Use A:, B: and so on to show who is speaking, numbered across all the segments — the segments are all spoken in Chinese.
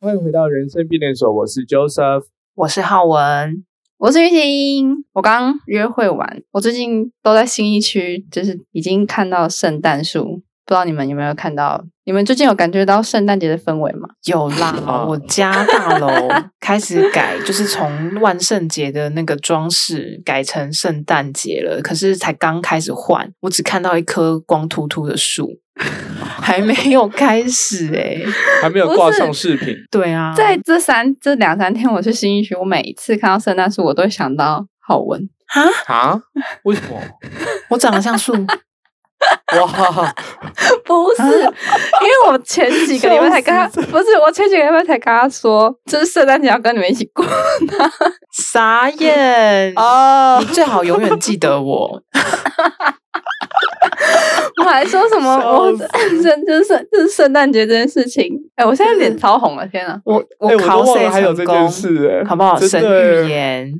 A: 欢迎回到人生变电所，我是 Joseph。
B: 我是浩文，
C: 我是玉婷，我刚约会完，我最近都在新一区，就是已经看到圣诞树，不知道你们有没有看到？你们最近有感觉到圣诞节的氛围吗？
B: 有 啦
A: 啊，
B: 我家大楼开始改，就是从万圣节的那个装饰改成圣诞节了，可是才刚开始换，我只看到一棵光秃秃的树，还没有开始诶、
A: 还没有
C: 不是
A: 挂上饰 品，
B: 对啊，
C: 在这三这两三天，我去新一区，我每一次看到圣诞树，我都会想到浩文。
A: 啊？为什么？
B: 我长得像树，
A: 哇，
C: 不是，因为我前几个礼拜才跟他，不是我前几个礼拜才跟他说，就是圣诞节要跟你们一起过
B: 傻眼
C: 哦
B: 你最好永远记得我，
C: 我还说什么
A: 笑
C: 我圣 就是圣就是圣诞节这件事情，哎、我现在脸超红了，天啊！
B: 我
A: 哎，我
B: 考
A: 都忘
B: 谁
A: 了还有
B: 成
A: 这件
B: 功，
A: 事哎，
B: 好不 好？
A: 真
B: 神
A: 的
B: 预言，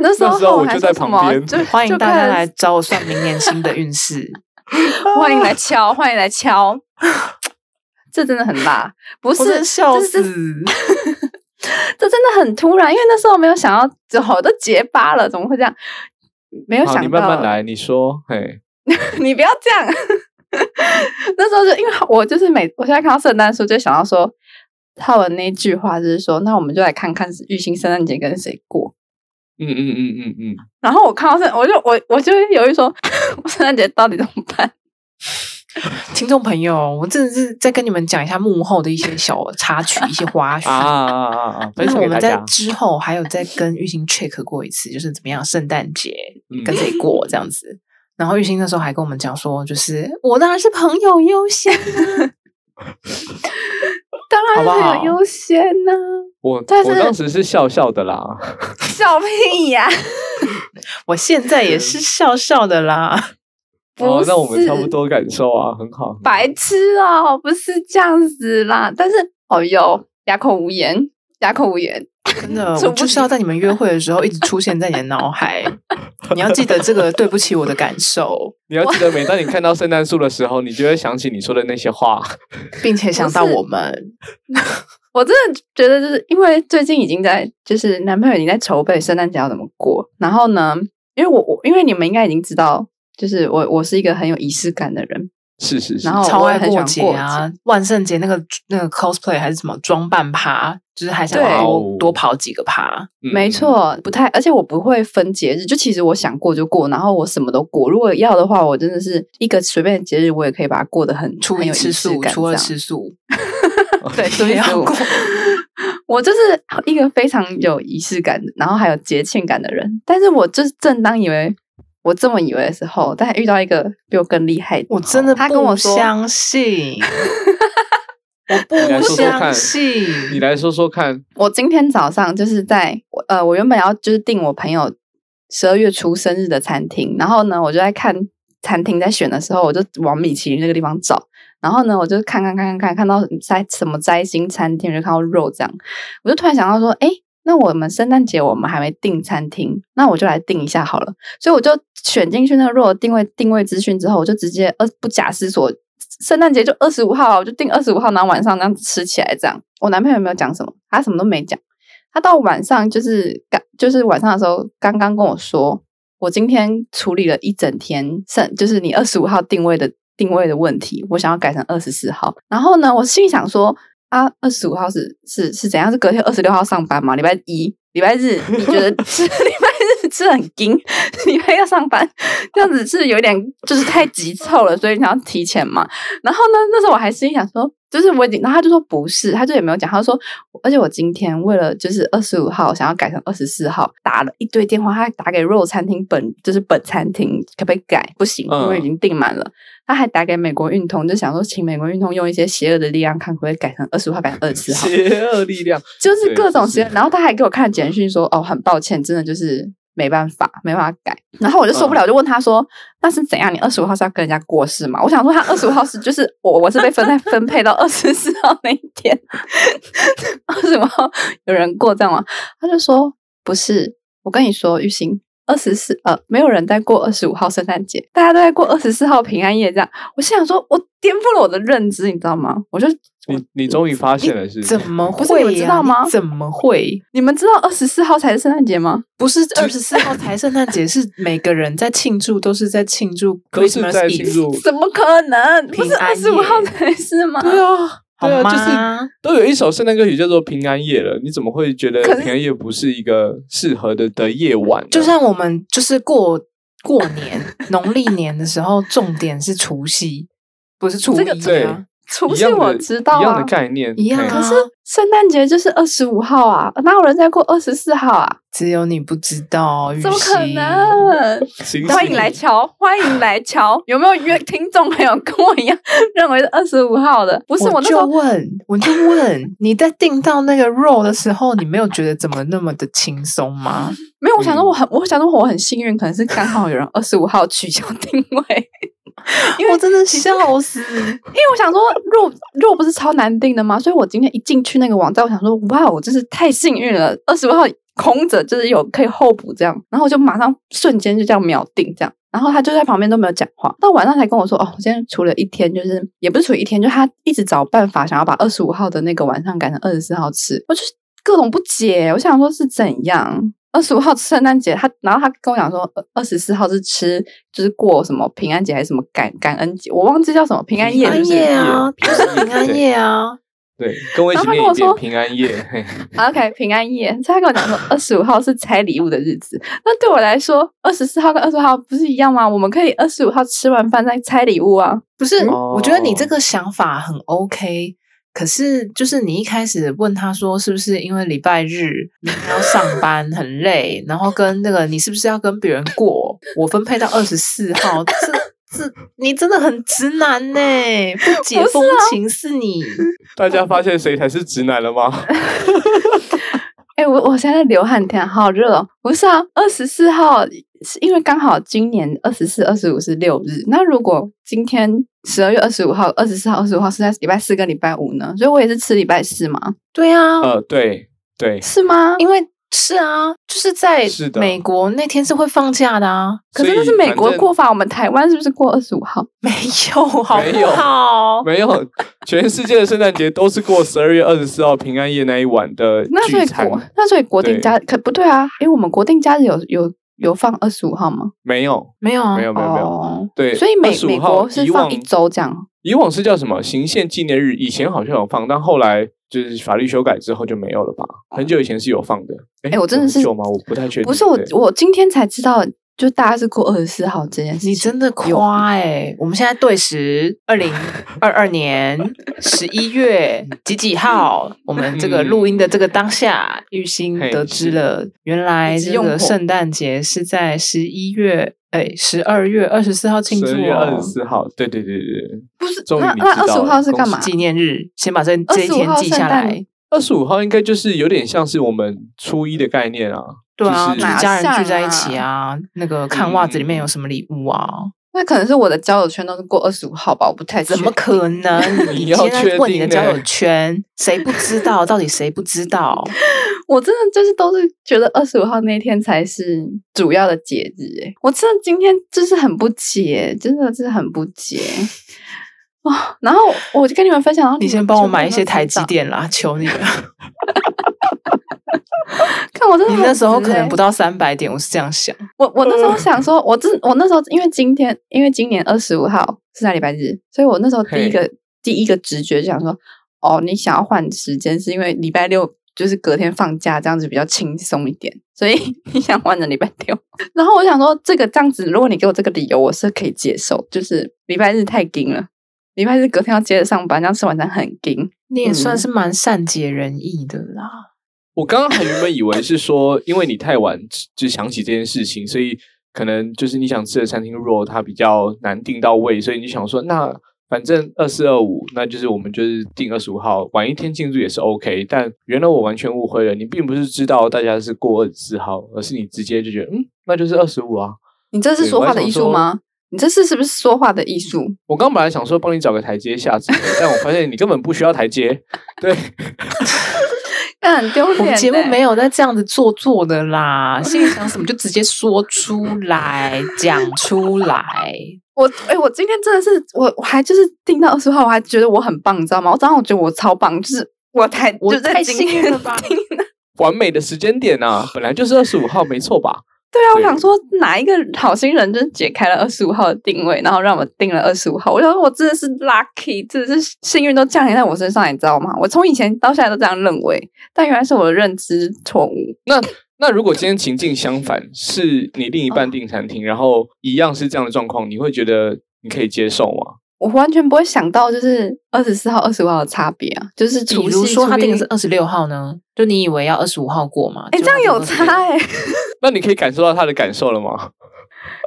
C: 那时
A: 那时候我
C: 还
A: 就
C: 说
A: 在
C: 什
A: 旁
C: 么
A: 边
C: 就
B: 欢迎
C: 就
B: 大家
C: 看
B: 来找我算明年新的运势。
C: 欢迎来敲，欢迎来敲， 这真的很辣， 不是
B: 我真的笑
C: 这
B: 死！
C: 这这真的很突然，因为那时候没有想要，我都结巴了，怎么会这样？没有
A: 好，
C: 想到，
A: 你慢慢来，你说，嘿，
C: 你不要这样。 那时候就因为我就是每我现在看到圣诞树，就想到说他文那句话，就是说，那我们就来看看玉兴圣诞节跟谁过。
A: 嗯嗯嗯嗯嗯，
C: 然后我看到圣，我就我我就会犹豫说， 我圣诞节到底怎么办？
B: 听众朋友，我真的是在跟你们讲一下幕后的一些小插曲、一些花絮
A: 啊啊啊啊啊！分
B: 就是
A: 享
B: 我
A: 给大
B: 们在
A: 家，
B: 之后还有再跟玉兴 check 过一次，就是怎么样圣诞节
A: 嗯
B: 跟谁过这样子。然后玉兴那时候还跟我们讲说，就是我当然是朋友优先啊，
C: 当然
B: 好不
C: 是
B: 好
C: 很优先呢、
A: 我
B: 啊
C: 但是
A: 我当时是笑笑的啦，
C: 笑屁呀、
B: 我现在也是笑笑的啦。
C: 不
A: 哦，那我们
C: 是
A: 差不多感受啊，很好，很好
C: 白痴哦，不是这样子啦。但是哦哟，哑口无言，哑口无言。
A: 嗯
B: 真的，
C: 说
B: 我
C: 不
B: 就是
C: 定
B: 要在你们约会的时候一直出现在你的脑海。你要记得这个，对不起我的感受，
A: 你要记得，每当你看到圣诞树的时候，你就会想起你说的那些话。
B: 并且想到
C: 不是
B: 我们。
C: 我真的觉得，就是因为最近已经在，就是男朋友已经在筹备圣诞节要怎么过。然后呢，因为我我因为你们应该已经知道，就是我我是一个很有仪式感的人，
A: 是是是，
C: 然后
B: 超
C: 哦我也
B: 爱
C: 很喜
B: 过
C: 欢
B: 节
C: 过
B: 啊，万圣节那个那个 cosplay 还是什么装扮趴，就是还想
C: 对
B: 要
A: 哦
B: 多多跑几个趴。
A: 嗯
C: 没，错，不太，而且我不会分节日，就其实我想过就过，然后我什么都过。如果要的话，我真的是一个随便的节日，我也可以把它过得很
B: 初
C: 很
B: 一
C: 有仪
B: 哎吃
C: 式
B: 素，
C: 感
B: 初
C: 这
B: 二
C: 样
B: 吃素，啊
C: 对，所
B: 也
C: 以
B: 要 过。
C: 我就是一个非常有仪式感，然后还有节庆感的人。但是我就是正当以为我这么以为的时候，但遇到一个比我更厉害的，
B: 我真的
C: 他跟我
B: 不
C: 说
B: 相信，我不
A: 来说说
B: 相
A: 看
B: 信。
A: 嗯你来说说 看，
C: 我今天早上就是在我呃，我原本要就是订我朋友十二月初生日的餐厅，然后呢，我就在看餐厅在选的时候，我就往米其林那个地方找，然后呢，我就看看看看看，看到在什么摘星餐厅，就看到肉这样，我就突然想到说，哎，那我们圣诞节我们还没订餐厅，那我就来订一下好了。所以我就选进去那个肉的定位定位资讯之后，我就直接呃不假思索，圣诞节就二十五号啊，我就定二十五号，然后晚上这样吃起来这样。我男朋友也没有讲什么，他什么都没讲。他到晚上就是刚就是晚上的时候，刚刚跟我说，我今天处理了一整天剩就是你二十五号定位的定位的问题，我想要改成二十四号。然后呢，我心里想说啊，二十五号是是是怎样？是隔天二十六号上班吗？礼拜一、礼拜日，你觉得 吃礼拜日吃很紧，礼拜要上班，这样子是有点就是太急凑了，所以你要提前嘛。然后呢，那时候我还心里想说，就是我已经，然后他就说不是，他就也没有讲，他就说，而且我今天为了就是二十五号想要改成二十四号，打了一堆电话，他还打给肉餐厅本就是本餐厅可不可以改？不行，因为已
A: 嗯
C: 经订满了。他还打给美国运通，就想说请美国运通用一些邪恶的力量，看可不可以改成二十五号改成二十四号。
A: 邪恶力量，
C: 就是各种时
A: 对就
C: 间，然后他还给我看简讯说，哦，很抱歉，真的就是没办法，没办法改。然后我就受不了，我就问他说，那是怎样？你二十五号是要跟人家过世吗？我想说他二十五号是就是我我是被分在分配到二十四号那一天，二十五号有人过这样吗？他就说不是，我跟你说，玉兴。二十四呃，没有人在过二十五号圣诞节，大家都在过二十四号平安夜。这样，我心想说，我颠覆了我的认知，你知道吗？我就
A: 你你终于发现了是不是
B: 怎么
C: 不是
B: 会、
C: 你
B: 呀？
C: 们知道吗
B: 你怎么会？
C: 你们知道二十四号才是圣诞节吗？
B: 不是二十 四号才圣诞节，是每个人在庆祝，都是在庆祝
A: 都是
B: Christmas
A: 在庆
B: Eve。
A: 祝，
C: 怎么可能？不
B: 平
C: 是
B: 安
C: 二
B: 夜
C: 十五号才是吗？
A: 对啊，
B: 好
A: 对啊，就是
B: 吗？
A: 都有一首圣诞歌曲叫做《平安夜》了，你怎么会觉得
C: 可是
A: 平安夜不是一个适合的的夜晚呢？
B: 就像我们就是过过年农历年的时候，重点是除夕，不是初
C: 这个
B: 一
A: 对
B: 啊，
C: 除
A: 一
C: 夕
A: 样的
C: 我知道
A: 一样的
C: 啊，
A: 概念，
B: 一样啊
A: 嘿
C: 可是圣诞节就是二十五号啊，哪有人在过二十四号啊？
B: 只有你不知道，雨
C: 怎么可
B: 熙？
C: 能？
A: 形式
C: 欢迎来瞧，欢迎来 瞧！有没有约听众朋友跟我一样认为是二十五号的？不
B: 不
C: 是我那时
B: 就
C: 候，
B: 问，我就问你在订到那个肉的时候，你没有觉得怎么那么的轻松吗？
C: 没有，我想说我很，我想说我很幸运，可能是刚好有人二十五号取消定位， 因为
B: 我真的笑 死！
C: 因为我想说肉肉不是超难订的吗？所以我今天一进去那个网站，我想说哇，我真是太幸运了，二十五号空着就是有可以候补这样，然后我就马上瞬间就这样秒订这样。然后他就在旁边都没有讲话，到晚上才跟我说：“哦，我今天除了一天，就是也不是除了一天，就他一直找办法想要把二十五号的那个晚上改成二十四号吃。”我就是各种不解，我想说是怎样？二十五号圣诞节，他然后他跟我讲说，呃二十四号是吃就是过什么平安节还是什么感感恩节，我忘记叫什么平安夜
A: 平
C: 是
A: 安
C: 不是，
A: 夜啊
B: 就是平安夜啊，
A: 对，跟我一
C: 然
A: 起
C: 后他
A: 念
C: 跟
A: 一
C: 我
A: 遍
C: 说
A: 《平安夜》嘿。
C: OK，平安夜，所以他跟我讲说二十五号是拆礼物的日子。那对我来说，二十四号跟二十五号不是一样吗？我们可以二十五号吃完饭再拆礼物啊。
B: 不是，
A: 哦
B: 我觉得你这个想法很 OK，可是就是你一开始问他说是不是因为礼拜日明天 要上班很累，然后跟那个你是不是要跟别人过，我分配到二十四号，这这你真的很直男呢、 不解
C: 不是
B: 风
A: 啊
B: 情是你。
A: 大家发现谁才是直男了 吗？
C: 哎、我我现在流汗天，好热哦！不是啊，二十四号是因为刚好今年二十四、二十五是六日。那如果今天十二月二十五号、二十四号、二十五号是在礼拜四跟礼拜五呢？所以我也是吃礼拜四吗？
B: 对啊，
A: 呃，对对，
C: 是吗？
B: 因为是啊，就是在
A: 是的
B: 美国那天是会放假的啊，
C: 可是那
A: 所
C: 是
A: 以
C: 美国
A: 反正
C: 过法，我们台湾是不是过二十五号？
B: 没有好
A: 没
B: 不
A: 有
B: 好？
A: 没有，全世界的圣诞节都是过十二月二十四号平安夜那一晚的
C: 那所
A: 聚
C: 以
A: 餐
C: 国，那所以国定
A: 对
C: 假可不对啊？诶，我们国定假日有有有放二十五号吗？
A: 没有
B: 没有啊，
A: 没有没有没有，
C: 哦，
A: 对，
C: 所以美
A: 25
C: 美
A: 号
C: 国是
A: 以
C: 放
A: 往
C: 一周这样。
A: 以往是叫什么行宪纪念日，以前好像有放，但后来就是法律修改之后就没有了吧？很久以前是有放的。哎
C: 哎我真的是
A: 很久吗？我不太确定。
C: 不是我
A: 对，
C: 我今天才知道，就大家是过二十四号这件事情。
B: 你真的夸哎、我们现在对时，二 零二二年十一月
A: 嗯
B: 几几号？我们这个录音的这个当下，玉兴
A: 嘿
B: 得知了，原来
C: 一直
B: 这
C: 用
B: 个
C: 火
B: 圣诞节是在十一月哎十二月二十四号庆祝
A: 十二月二
B: 哦
A: 十，四号，对对对对对，
C: 不是
A: 终于
C: 那
A: 你
C: 那
A: 知道
C: 二十五
A: 了
C: 号是干
A: 恭
C: 嘛？
B: 纪念日，先把这这一
C: 25
B: 天
C: 号
B: 记下
C: 圣诞
B: 来。
A: 二十五号应该就是有点像是我们初一的概念啊，
B: 对啊，
A: 就是
B: 就是
C: 哪
B: 家人聚
C: 像
B: 在一起啊，那个看袜子里面
A: 嗯
B: 有什么礼物啊？
C: 那可能是我的交友圈都是过二十五号吧，我不太
B: 怎
C: 确
B: 么
C: 定
B: 可能？
A: 你
B: 你
A: 要
B: 现在
A: 确
B: 问你的
A: 定欸
B: 交
A: 呢
B: 友圈，谁不知道？到底谁不知道？
C: 我真的就是都是觉得二十五号那天才是主要的节日、欸，我真的今天就是很不解，真的是很不解。哇、然后我就跟你们分享，然后
B: 你
C: 们
B: 先帮我
C: 全部
B: 买一
C: 人都
B: 些
C: 知
B: 台积
C: 道，
B: 电 啦，求你了！
C: 看我真的
B: 你
C: 很
B: 那时候
C: 直
B: 可能
C: 欸
B: 不到三百点，我是这样想。
C: 我我那时候想说，我这我那时候因为今天因为今年二十五号是在礼拜日，所以我那时候第一个第一个直觉就想说，哦，你想要换时间是因为礼拜六就是隔天放假，这样子比较轻松一点，所以 你想换成礼拜六。然后我想说，这个这样子，如果你给我这个理由，我是可以接受，就是礼拜日太紧了，礼拜日隔天要接着上班，这样吃晚餐很紧。
B: 你也
C: 嗯
B: 算是蛮善解人意的啦。
A: 我刚刚还原本以为是说，因为你太晚就想起这件事情，所以可能就是你想吃的餐厅，如果它比较难订到位，所以你想说，那反正二四二五，那就是我们就是订二十五号，晚一天庆祝也是 OK。但原来我完全误会了，你并不是知道大家是过二十四号，而是你直接就觉得，嗯，那就是二十五啊。
C: 你这是
A: 对
C: 说
A: 我还
C: 话的
A: 想
C: 艺术
A: 说
C: 吗？你这是是不是说话的艺术？
A: 我刚本来想说帮你找个台阶下之类的，但我发现你根本不需要台阶。对，
C: 那但很丢
B: 我
C: 脸、欸
B: 们节目没
C: 有，
B: 有在这样子做作的 啦，心里想什么就直接说出 来，讲出来。
C: 我哎、我今天真的是我，我还就是听到二十号，我还觉得我很棒，你知道吗？我早上我觉得我超棒，就是我太
B: 我
C: 就在
B: 太
C: 今
B: 幸运
C: 天
B: 了吧
C: 听
A: 完美的时间点啊，本来就是二十五号，没错吧？
C: 对啊，我
A: 对
C: 想说哪一个好心人就是解开了二十五号的定位，然后让我定了二十五号。我想说我真的是 lucky，真的是幸运都降临在我身上，你知道吗？我从以前到现在都这样认为，但原来是我的认知错误。
A: 那如果今天情境相反，是你另一半订餐厅，然后一样是这样的状况，你会觉得你可以接受吗？
C: 我完全不会想到，就是二十四号、二十五号的差别啊，就是
B: 比
C: 除
B: 如
C: 夕
B: 说他定的
C: 初
B: 是
C: 一
B: 二十六号呢，就你以为要二十五号过嘛？
C: 哎、
B: 结
C: 这
B: 果
C: 样有差
B: 他定26号
C: 哎、
A: 那你可以感受到他的感受了吗？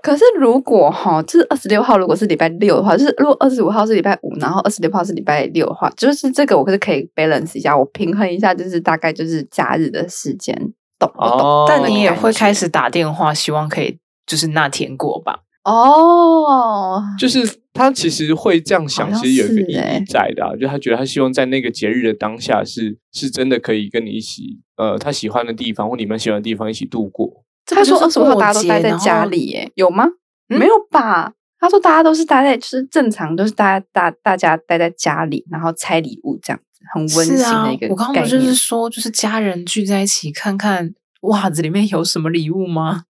C: 可是如果哈，就是二十六号如果是礼拜六的话，就是如果二十五号是礼拜五，然后二十六号是礼拜六的话，就是这个我可是可以 balance 一下，我平衡一下，就是大概就是假日的时间，懂不懂？
A: 哦
B: 但你也
C: 感
B: 会
C: 觉
B: 开始打电话，希望可以就是那天过吧？
C: 哦，
A: 就是他其实会这样想，
C: 好像
A: 其实有一个
C: 是
A: 意
C: 欸
A: 义在的、啊，就他觉得他希望在那个节日的当下是是真的可以跟你一起，呃，他喜欢的地方或你们喜欢的地方一起度过。
C: 他说
B: 这
C: 二
B: 不
C: 十
B: 就是
C: 五号
B: 过
C: 大家都
B: 节
C: 待在
B: 然后
C: 家里耶，有吗？
B: 嗯
C: 没有吧？他说大家都是待在，就是正常都是大家大大家待在家里，然后拆礼物这样子，很温馨
B: 是啊
C: 的一个，
B: 我刚
C: 概
B: 刚不就是
C: 念
B: 说，就是家人聚在一起看看袜子里面有什么礼物吗？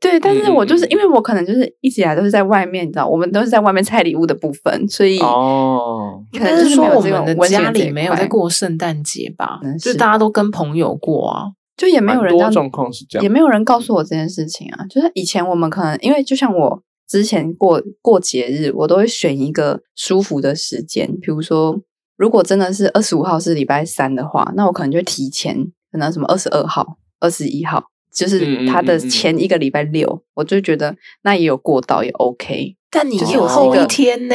C: 对，但是我就
A: 嗯
C: 是
A: 嗯嗯
C: 因为我可能就是一直以来都是在外面，你知道，我们都是在外面拆礼物的部分，所以
A: 哦，
C: 可
B: 应该
C: 能就是
B: 说
C: 没有
B: 我
C: 这
B: 们
C: 种
B: 的
C: 温馨
B: 家
C: 这一
B: 里没有在
C: 块，
B: 过圣诞节吧
C: 嗯？
B: 就是是大家都跟朋友过啊。
C: 就也没有
A: 蛮
C: 人
A: 多
C: 让
A: 状况是这样
C: 也没有人告诉我这件事情啊。就是以前我们可能因为就像我之前过过节日，我都会选一个舒服的时间，比如说如果真的是二十五号是礼拜三的话，那我可能就会提前，可能什么二十二号、二十一号，就是
A: 嗯嗯
C: 它的
A: 嗯嗯
C: 前一个礼拜六，我就觉得那也有过到也 OK。
B: 但你
A: 就是
B: 有
A: 我是
B: 后
A: 一
B: 哦一
A: 个
B: 天呢？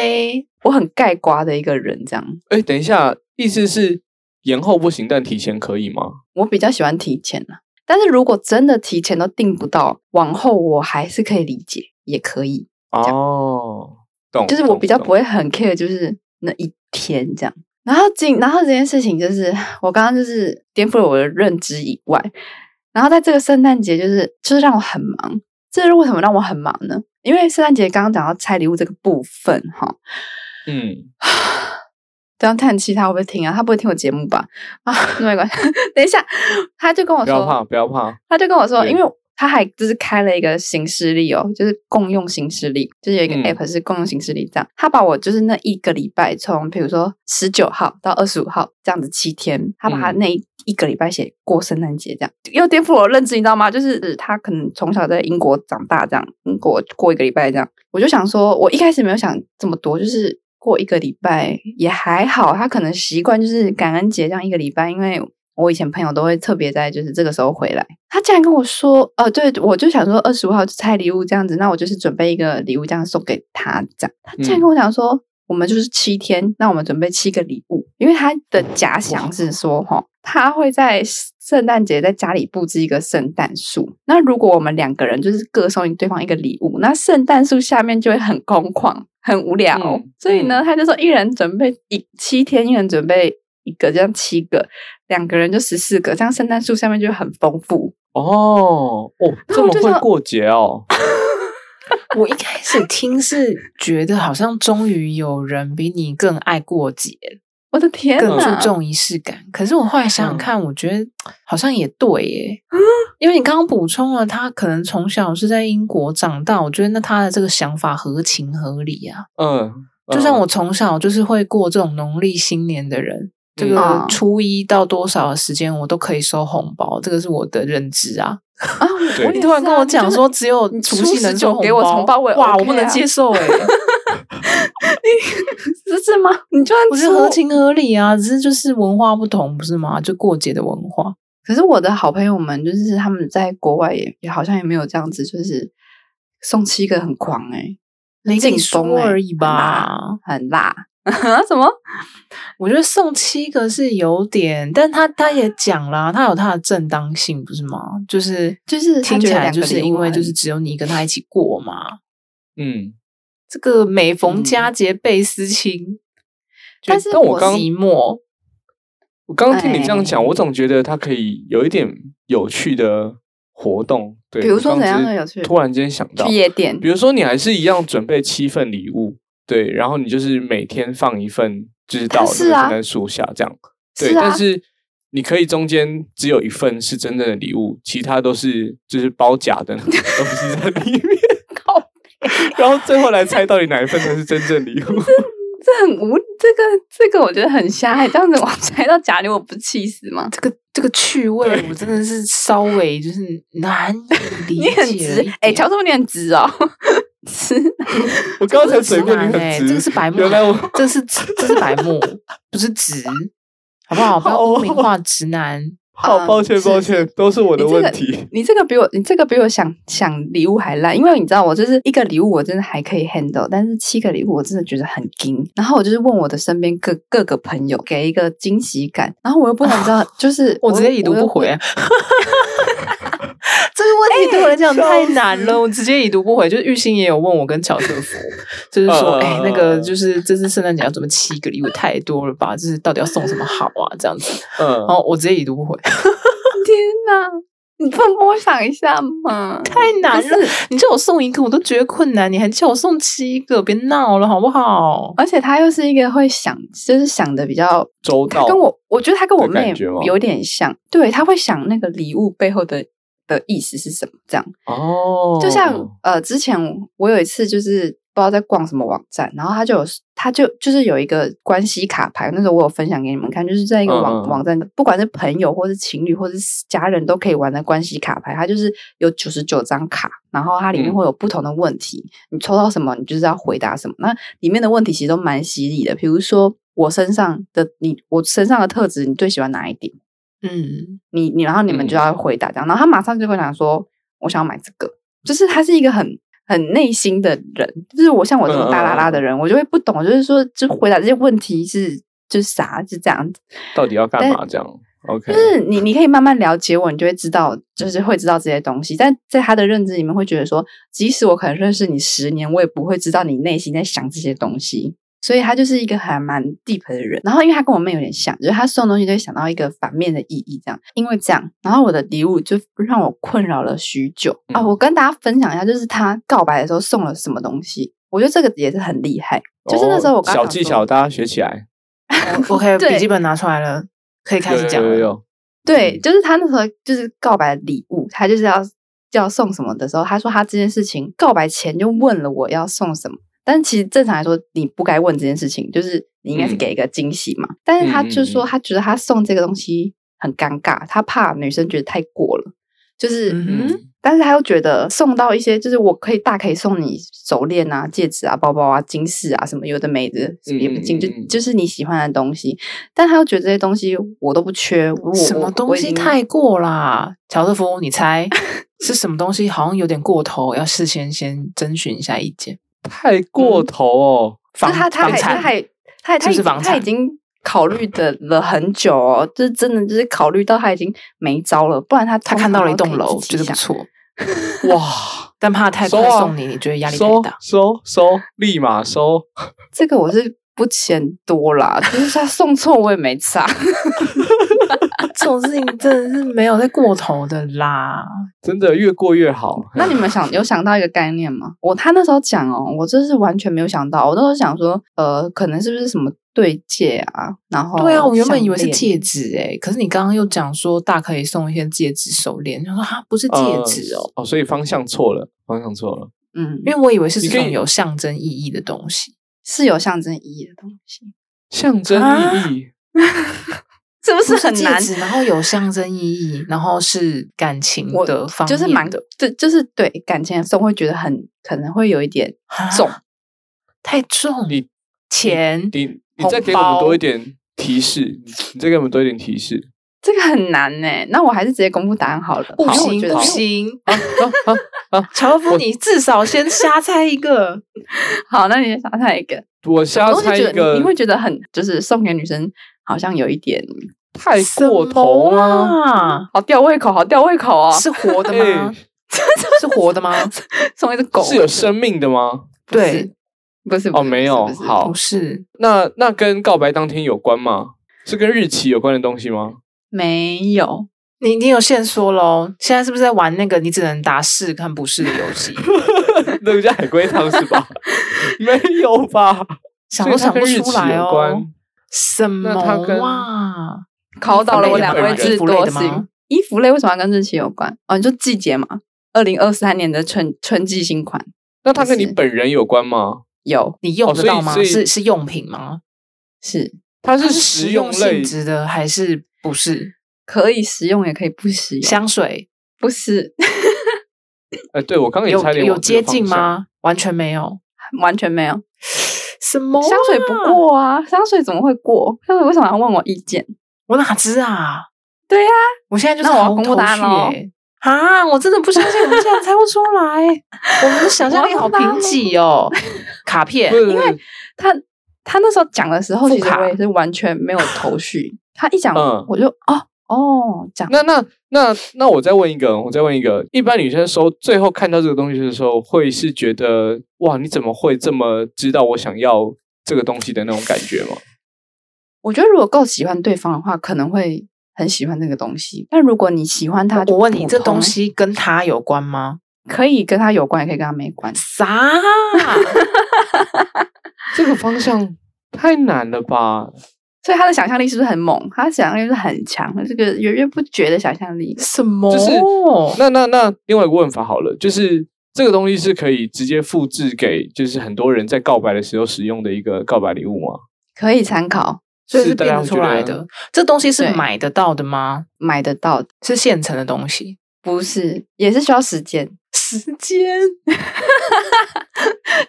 C: 我很盖瓜的一个人，这样
A: 哎，等一下，意思是延后不行，但提前可以吗？
C: 我比较喜欢提前啊。但是如果真的提前都订不到，往后我还是可以理解，也可以。
A: 哦，懂，
C: 就是我比较不
A: 会
C: 会很 care，就是那一天这样。然后进，然后这件事情就是我刚刚就是颠覆了我的认知以外，然后在这个圣诞节就是就是让我很忙。这是为什么让我很忙呢？因为圣诞节刚刚讲到拆礼物这个部分哈，
A: 嗯，
C: 这样叹气他会不会听啊？他不会听我节目吧？ 啊，那没关系。 等一下，他就跟我
A: 不要
C: 说，
A: 怕，不要怕，
C: 他就跟我说，
A: 对
C: 因为他还就是开了一个行事历哦，就是共用行事历，就是有一个
A: 嗯
C: app 是共用行事历这样。他把我就是那一个礼拜，从比如说十九号到二十五号这样子七天，他把他
A: 嗯
C: 那一一个礼拜写过圣诞节这样，又颠覆我的认知，你知道吗？就是呃他可能从小在英国长大，这样英国过一个礼拜这样，我就想说，我一开始没有想这么多，就是。过一个礼拜也还好，他可能习惯就是感恩节这样一个礼拜，因为我以前朋友都会特别在就是这个时候回来，他竟然跟我说，呃，对我就想说二十五号就拆礼物这样子，那我就是准备一个礼物这样送给他，这样他竟
A: 嗯
C: 然跟我讲说，我们就是七天，那我们准备七个礼物，因为他的假想是说，哈，他会在圣诞节在家里布置一个圣诞树，那如果我们两个人就是各送对方一个礼物，那圣诞树下面就会很空旷、很无聊，
A: 嗯
C: 所以呢，
A: 嗯
C: 他就说一人准备一七天，一人准备一个，这样七个。两个人就十四个，这样圣诞树上面就很丰富。
A: 哦，哦，这么
C: 就
A: 会
C: 想
A: 过节哦，
B: 我一开始听是觉得好像终于有人比你更爱过节，
C: 我的嗯天
B: 更注
C: 哪！
B: 重仪式感。可是我后来想想看，我觉得好像也对耶，
C: 嗯
B: 因为你刚刚补充了，他可能从小是在英国长大，我觉得那他的这个想法合情合理啊。
A: 嗯，
B: 就像
A: 嗯
B: 我从小就是会过这种农历新年的人，这
C: 嗯
B: 个初一到多少的时间我都可以收红包，这个是我的认知啊。
C: 啊，
A: 对
C: 我
B: 你突然跟我讲说只有
C: 你
B: 除
C: 初
B: 夕
C: 十
B: 能
C: 九
B: 收红
C: 给我红包我也
B: 哇，我
C: OK
B: 不能
C: 啊
B: 接受 哎、
C: 这是吗？你居然
B: 我觉得
C: 说
B: 合情合理啊，只是就是文化不同，不是吗？就过节的文化，
C: 可是我的好朋友们，就是他们在国外也也好像也没有这样子，就是送七个很狂哎、
B: 没跟你
C: 紧绷
B: 说
C: 欸
B: 而已吧。
C: 很辣。啊什么？
B: 我觉得送七个是有点，但他他也讲啦，他有他的正当性，不是吗？就是
C: 就是他
B: 听
C: 觉
B: 起
C: 得
B: 来
C: 两
B: 就
C: 个
B: 是
C: 礼物
B: 因为
C: 很
B: 就是只有你跟他一起过嘛。
A: 嗯，
B: 这个每逢
A: 嗯
B: 佳节倍思亲，
C: 但是
A: 但我
C: 我
A: 刚
B: 寂寞。
A: 我刚刚听你这样
C: 哎
A: 讲，我总觉得它可以有一点有趣的活动，对，
C: 比如说
A: 我刚刚
C: 怎样
A: 只是
C: 的有趣
A: 突然间想到
C: 去，夜店，
A: 比如说你还是一样准备七份礼物，对，然后你就是每天放一份，就是到
C: 但
A: 那
C: 是
A: 个
C: 啊
A: 圣诞树下这样，对，
C: 是啊
A: 但是。你可以中间只有一份是真正的礼物，其他都是就是包假的东西在里面，然后最后来猜到底哪一份才是真正礼物。
C: 这很无，这个这个我觉得很瞎、欸，这样子我 猜到假牛，我不气死吗？
B: 这个这个趣味，我真的是稍微就是 难 以理
C: 你
B: 解
C: 很
B: 了一
C: 直
B: 点。，
C: 哎、乔叔你很直哦，直
A: 我刚才嘴变你
B: 这个
A: 很
B: 是直男欸
A: 直，
B: 这个是白目，
A: 原来
C: 啊
A: 我
B: 这是直这是白目，不是直， 好不好？不要
A: 好
B: 污
A: 哦
B: 名化直男。
A: 好抱歉
C: 嗯，是
A: 抱歉，都是我的
C: 你这
A: 问
C: 个
A: 题。
C: 你这个比我，你这个比我想想礼物还烂，因为你知道我就是一个礼物我真的还可以 handle，但是七个礼物我真的觉得很惊。然后我就是问我的身边各各个朋友给一个惊喜感，然后我又不能知道，就是
B: 我直接已读不。回
C: 又。
B: 这个问题对我来讲
A: 哎笑
B: 太难了，我直接已读不回。就是玉兴也有问我跟乔瑟 夫，就是说，
A: 嗯嗯
B: 哎、
A: 嗯
B: 那个
A: 嗯
B: 就是这次圣诞节要准备七个礼物，太多了吧？就是到底要送什么好啊？这样子，
A: 嗯
B: 然，后我直接已读不回，
C: 天哪！你不能帮我想一下吗？
B: 太难了
C: 不。
B: 你叫我送一个，我都觉得困难，你还叫我送七个，别闹了好不好？
C: 而且他又是一个会想，就是想的比较
A: 周
C: 他
A: 到。
C: 跟我，我觉得他跟我
A: 的感
C: 妹
A: 觉吗
C: 有点像，对，他会想那个礼物背后的的意思是什么，这样。
A: 哦，
C: 就像呃，之前我有一次就是不知道在逛什么网站，然后他就有他就就是有一个关系卡牌，那时候我有分享给你们看，就是在一个网、
A: 嗯嗯
C: 网站，不管是朋友或是情侣或是家人都可以玩的关系卡牌，它就是有九十九张卡，然后它里面
A: 嗯
C: 会有不同的问题，你抽到什么，你就是要回答什么。那里面的问题其实都蛮犀利的，比如说我身上的你，我身上的特质，你最喜欢哪一点？
B: 嗯，
C: 你你，然后你们就
A: 嗯
C: 要回答这样，然后他马上就会讲说，我想要买这个，就是他是一个很很内心的人，就是我像我这种大拉拉的人，我就会不懂，就是说，就回答这些问题是就是啥是这样子，
A: 到底要干嘛
C: 但
A: 这样？OK，
C: 就是你你可以慢慢了解我，你就会知道，就是会知道这些东西，但在他的认知里面会觉得说，即使我可能认识你十年，我也不会知道你内心在想这些东西。所以他就是一个还蛮 deep 的人。然后因为他跟我妹有点像，就是他送东西就会想到一个反面的意义，这样。因为这样，然后我的礼物就让我困扰了许久啊。
A: 嗯
C: 我跟大家分享一下，就是他告白的时候送了什么东西。我觉得这个也是很厉害，就是那时候我
A: 哦
C: 刚
A: 小技巧，，大家学起来。嗯
B: 我可 以
C: 对
B: 哦笔记本拿出来了，可以开始讲
A: 有有有
B: 了。
A: 有，
C: 对，
A: 嗯
C: 就是他那时候就是告白的礼物，他就是要要送什么的时候，他说他这件事情告白前就问了我要送什么，但其实正常来说你不该问这件事情，就是你应该是
A: 嗯
C: 给一个惊喜嘛。但是他就
A: 嗯
C: 说
A: 嗯嗯
C: 他觉得他送这个东西很尴尬，他怕女生觉得太过了，就是。
B: 嗯哼
A: 嗯，
C: 但是他又觉得送到一些，就是我可以大可以送你手链啊、戒指啊、包包啊、金饰啊什么有的没的，也不
A: 嗯
C: 进
A: 嗯
C: 就
A: 嗯嗯
C: 就是你喜欢的东西。但他又觉得这些东西我都不缺，我
B: 什
C: 我
B: 么东
C: 我已
B: 西
C: 经
B: 太过啦？乔瑟夫，你猜是什么东西？好像有点过头，要事先先征询一下意见。
A: 太过头哦。
B: 房
C: 就他他
B: 房
C: 还他
B: 产
C: 还他还
B: 是不
C: 他已
B: 是
C: 经
B: 房
C: 他已
B: 产？
C: 经考虑的了很久哦，就是真的就是考虑到他已经没招了，不然他
B: 他
C: 通
B: 看
C: 常
B: 到了一
C: 都
B: 栋
C: 可以
B: 楼，
C: 自
B: 觉
C: 己
B: 得不
C: 想
B: 错，
A: 哇，
B: 但怕太
A: 收
B: 快
A: 啊
B: 送你，你觉得压力太
A: 收
B: 大。
A: 收收，立马收。
C: 这个我是不嫌多啦，就是他送错我也没差。
B: 这种事情真的是没有在过头的啦。
A: 真的越过越好。
C: 那你们想有想到一个概念吗？我他那时候讲哦，我真是完全没有想到，我那时候想说，呃，可能是不是什么对戒啊，然后
B: 对啊，我原本
C: 项
B: 以为是
C: 链
B: 戒指诶、可是你刚刚又讲说大可以送一些戒指、手链，他说啊不是戒
A: 呃
B: 指哦，
A: 哦，所以方向错了，方向错了。
C: 嗯，
B: 因为我以为是这
A: 你可以
B: 种有象征意义的东西。
C: 是有象征意义的东西，
A: 象征
B: 啊
A: 意义，
C: 是不
B: 不
C: 是很
B: 戒
C: 难？
B: 指啊然后有象征意义，然后是感情
C: 我
B: 的方面
C: 就是蛮
B: 的
C: 对，就是对感情的时候会觉得很可能会有一点
B: 啊
C: 重，
B: 太重，
A: 你
B: 钱
A: 你你
B: 红
A: 再给我们
B: 包
A: 多一点提示，你你再给我们多一点提示。
C: 这个很难呢、那我还是直接公布答案好了。
B: 不
C: 好
B: 行不，
C: 我觉
B: 行，
A: 啊啊啊！
B: 乔夫你至少先瞎猜一个，
C: 得 好，那你先想猜一个，
A: 我瞎
C: 我就
A: 猜
C: 觉
A: 一
C: 得
A: 个，
C: 你你会觉得很就是送给女生好像有一点
A: 太过头了。
B: 啊！
C: 好吊胃口，好吊胃口哦，
B: 是活的
A: 哎
B: 吗？ 是活的吗？
C: 送一只狗
A: 是有生命的吗？
C: 不是
B: 对
C: 不是
A: 哦
C: 不是
A: 没有
C: 不是
A: 好
B: 不是，
A: 那那跟告白当天有关吗？是跟日期有关的东西 吗？
C: 没有，
B: 你你有线索喽？现在是不是在玩那个你只能答是跟不是的 游戏？
A: 那个叫海龟汤是 吧？没有吧？
B: 想都想不出来
A: 有
B: 哦
A: 关。
B: 什么
A: 那它跟
B: 啊？
C: 考倒了我两位智多
B: 衣服类的吗
C: 星。衣服类为什么要跟日期有关？哦，你说季节嘛？二零二三年的春春季新款
A: 那它跟你
C: 是
A: 本人有关吗？
C: 有
B: 你用
A: 哦
B: 得
A: 所以
B: 到吗？
A: 所以
B: 是是用品吗？
C: 是
A: 它是
B: 是
A: 食
B: 用
A: 类
B: 性，质的还是不是？
C: 可以食用也可以不食用，
B: 香水
C: 不是
A: 呃，对我刚刚也
B: 有
A: 差点
B: 有
A: 往这个
B: 接近
A: 方向？
B: 吗？完全没有。
C: 完全没有。
B: 哦什么啊
C: 香水不？过啊，香水怎么会过？香水为什么要问我意见？
B: 我哪知啊？
C: 对呀、
B: 我现在就是
C: 那我要
B: 毫无
C: 公布
B: 头
C: 答案
B: 绪
C: 咯
B: 欸啊！我真的不相信我们竟然猜不出来，我们的想象力好贫瘠哦。卡片
A: 不是，因为
C: 他他那时候讲的时候，
B: 副
C: 其实
B: 卡
C: 我也是完全没有 头绪。他一讲，
A: 嗯
C: 我就哦哦，讲
A: 那那那那我再问一个，我再问一个，一般女生收最后看到这个东西的时候，会是觉得哇，你怎么会这么知道我想要这个东西的那种感觉吗？
C: 我觉得如果够喜欢对方的话，可能会很喜欢那个东西。但如果你喜欢他，
B: 我问你，这东西跟它有关吗？
C: 可以跟他有关，也可以跟他没关。
B: 啥？
A: 这个方向太难了吧？
C: 所以他的想象力是不是很猛？他的想象力是不是很强，这个源源不绝的想象力。
B: 什么？
A: 就是哦
B: 哦
A: 那那那另外一个问法好了，就是这个东西是可以直接复制给就是很多人在告白的时候使用的一个告白礼物吗？
C: 可以参考
B: 所以是
A: 大家
B: 变得
A: 会
B: 出
A: 觉
B: 来
A: 得
B: 的。这东西是
C: 对
B: 买得到的吗？
C: 买得到的，
B: 是现成的东西？
C: 不是也是需要时间。
B: 时间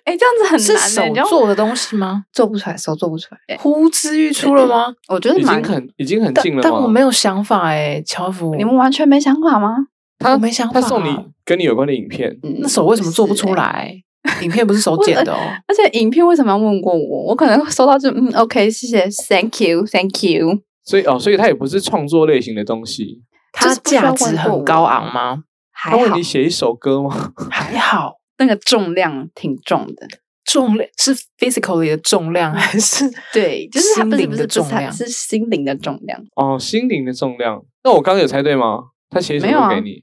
C: 哎，这样子很难
B: 是
C: 欸
B: 手
C: 你要
B: 做的东西吗？
C: 做不出来，手做不出来。
B: 呼之欲出了吗？
C: 我觉得
A: 已
C: 蛮
A: 经，很已经很
B: 但
A: 近哎了吗？
B: 但我没有想法哎，樵夫，
C: 你们完全没想法吗？
A: 他
B: 我没想
A: 他
B: 法
A: 送
C: 啊
A: 你跟你有关的影片，
C: 嗯
B: 那手为什么做不出？
C: 是欸
B: 来？影片不是手
C: 我呃
B: 剪的哦。
C: 而且影片为什么要问过我？我可能收到就嗯，OK，谢谢，Thank you，Thank you。
A: 所以哦，所以它也不是创作类型的东西。
B: 它
C: 就是不需要
B: 价
C: 问
B: 值
C: 过
B: 很
C: 我
B: 高昂吗？
C: 还
A: 他问
C: 好
A: 你写一首歌吗？
B: 还好，
C: 那个重量挺重的，
B: 重量是 physically 的重量还是？
C: 对，就是它
B: 心
C: 不是
B: 灵
C: 不
B: 的
C: 是
B: 重
C: 不是它
B: 量
C: 是心灵的重量。
A: 哦，心灵的重量。那我刚刚有猜对吗？他写一首
C: 没有
A: 歌
C: 啊
A: 给你，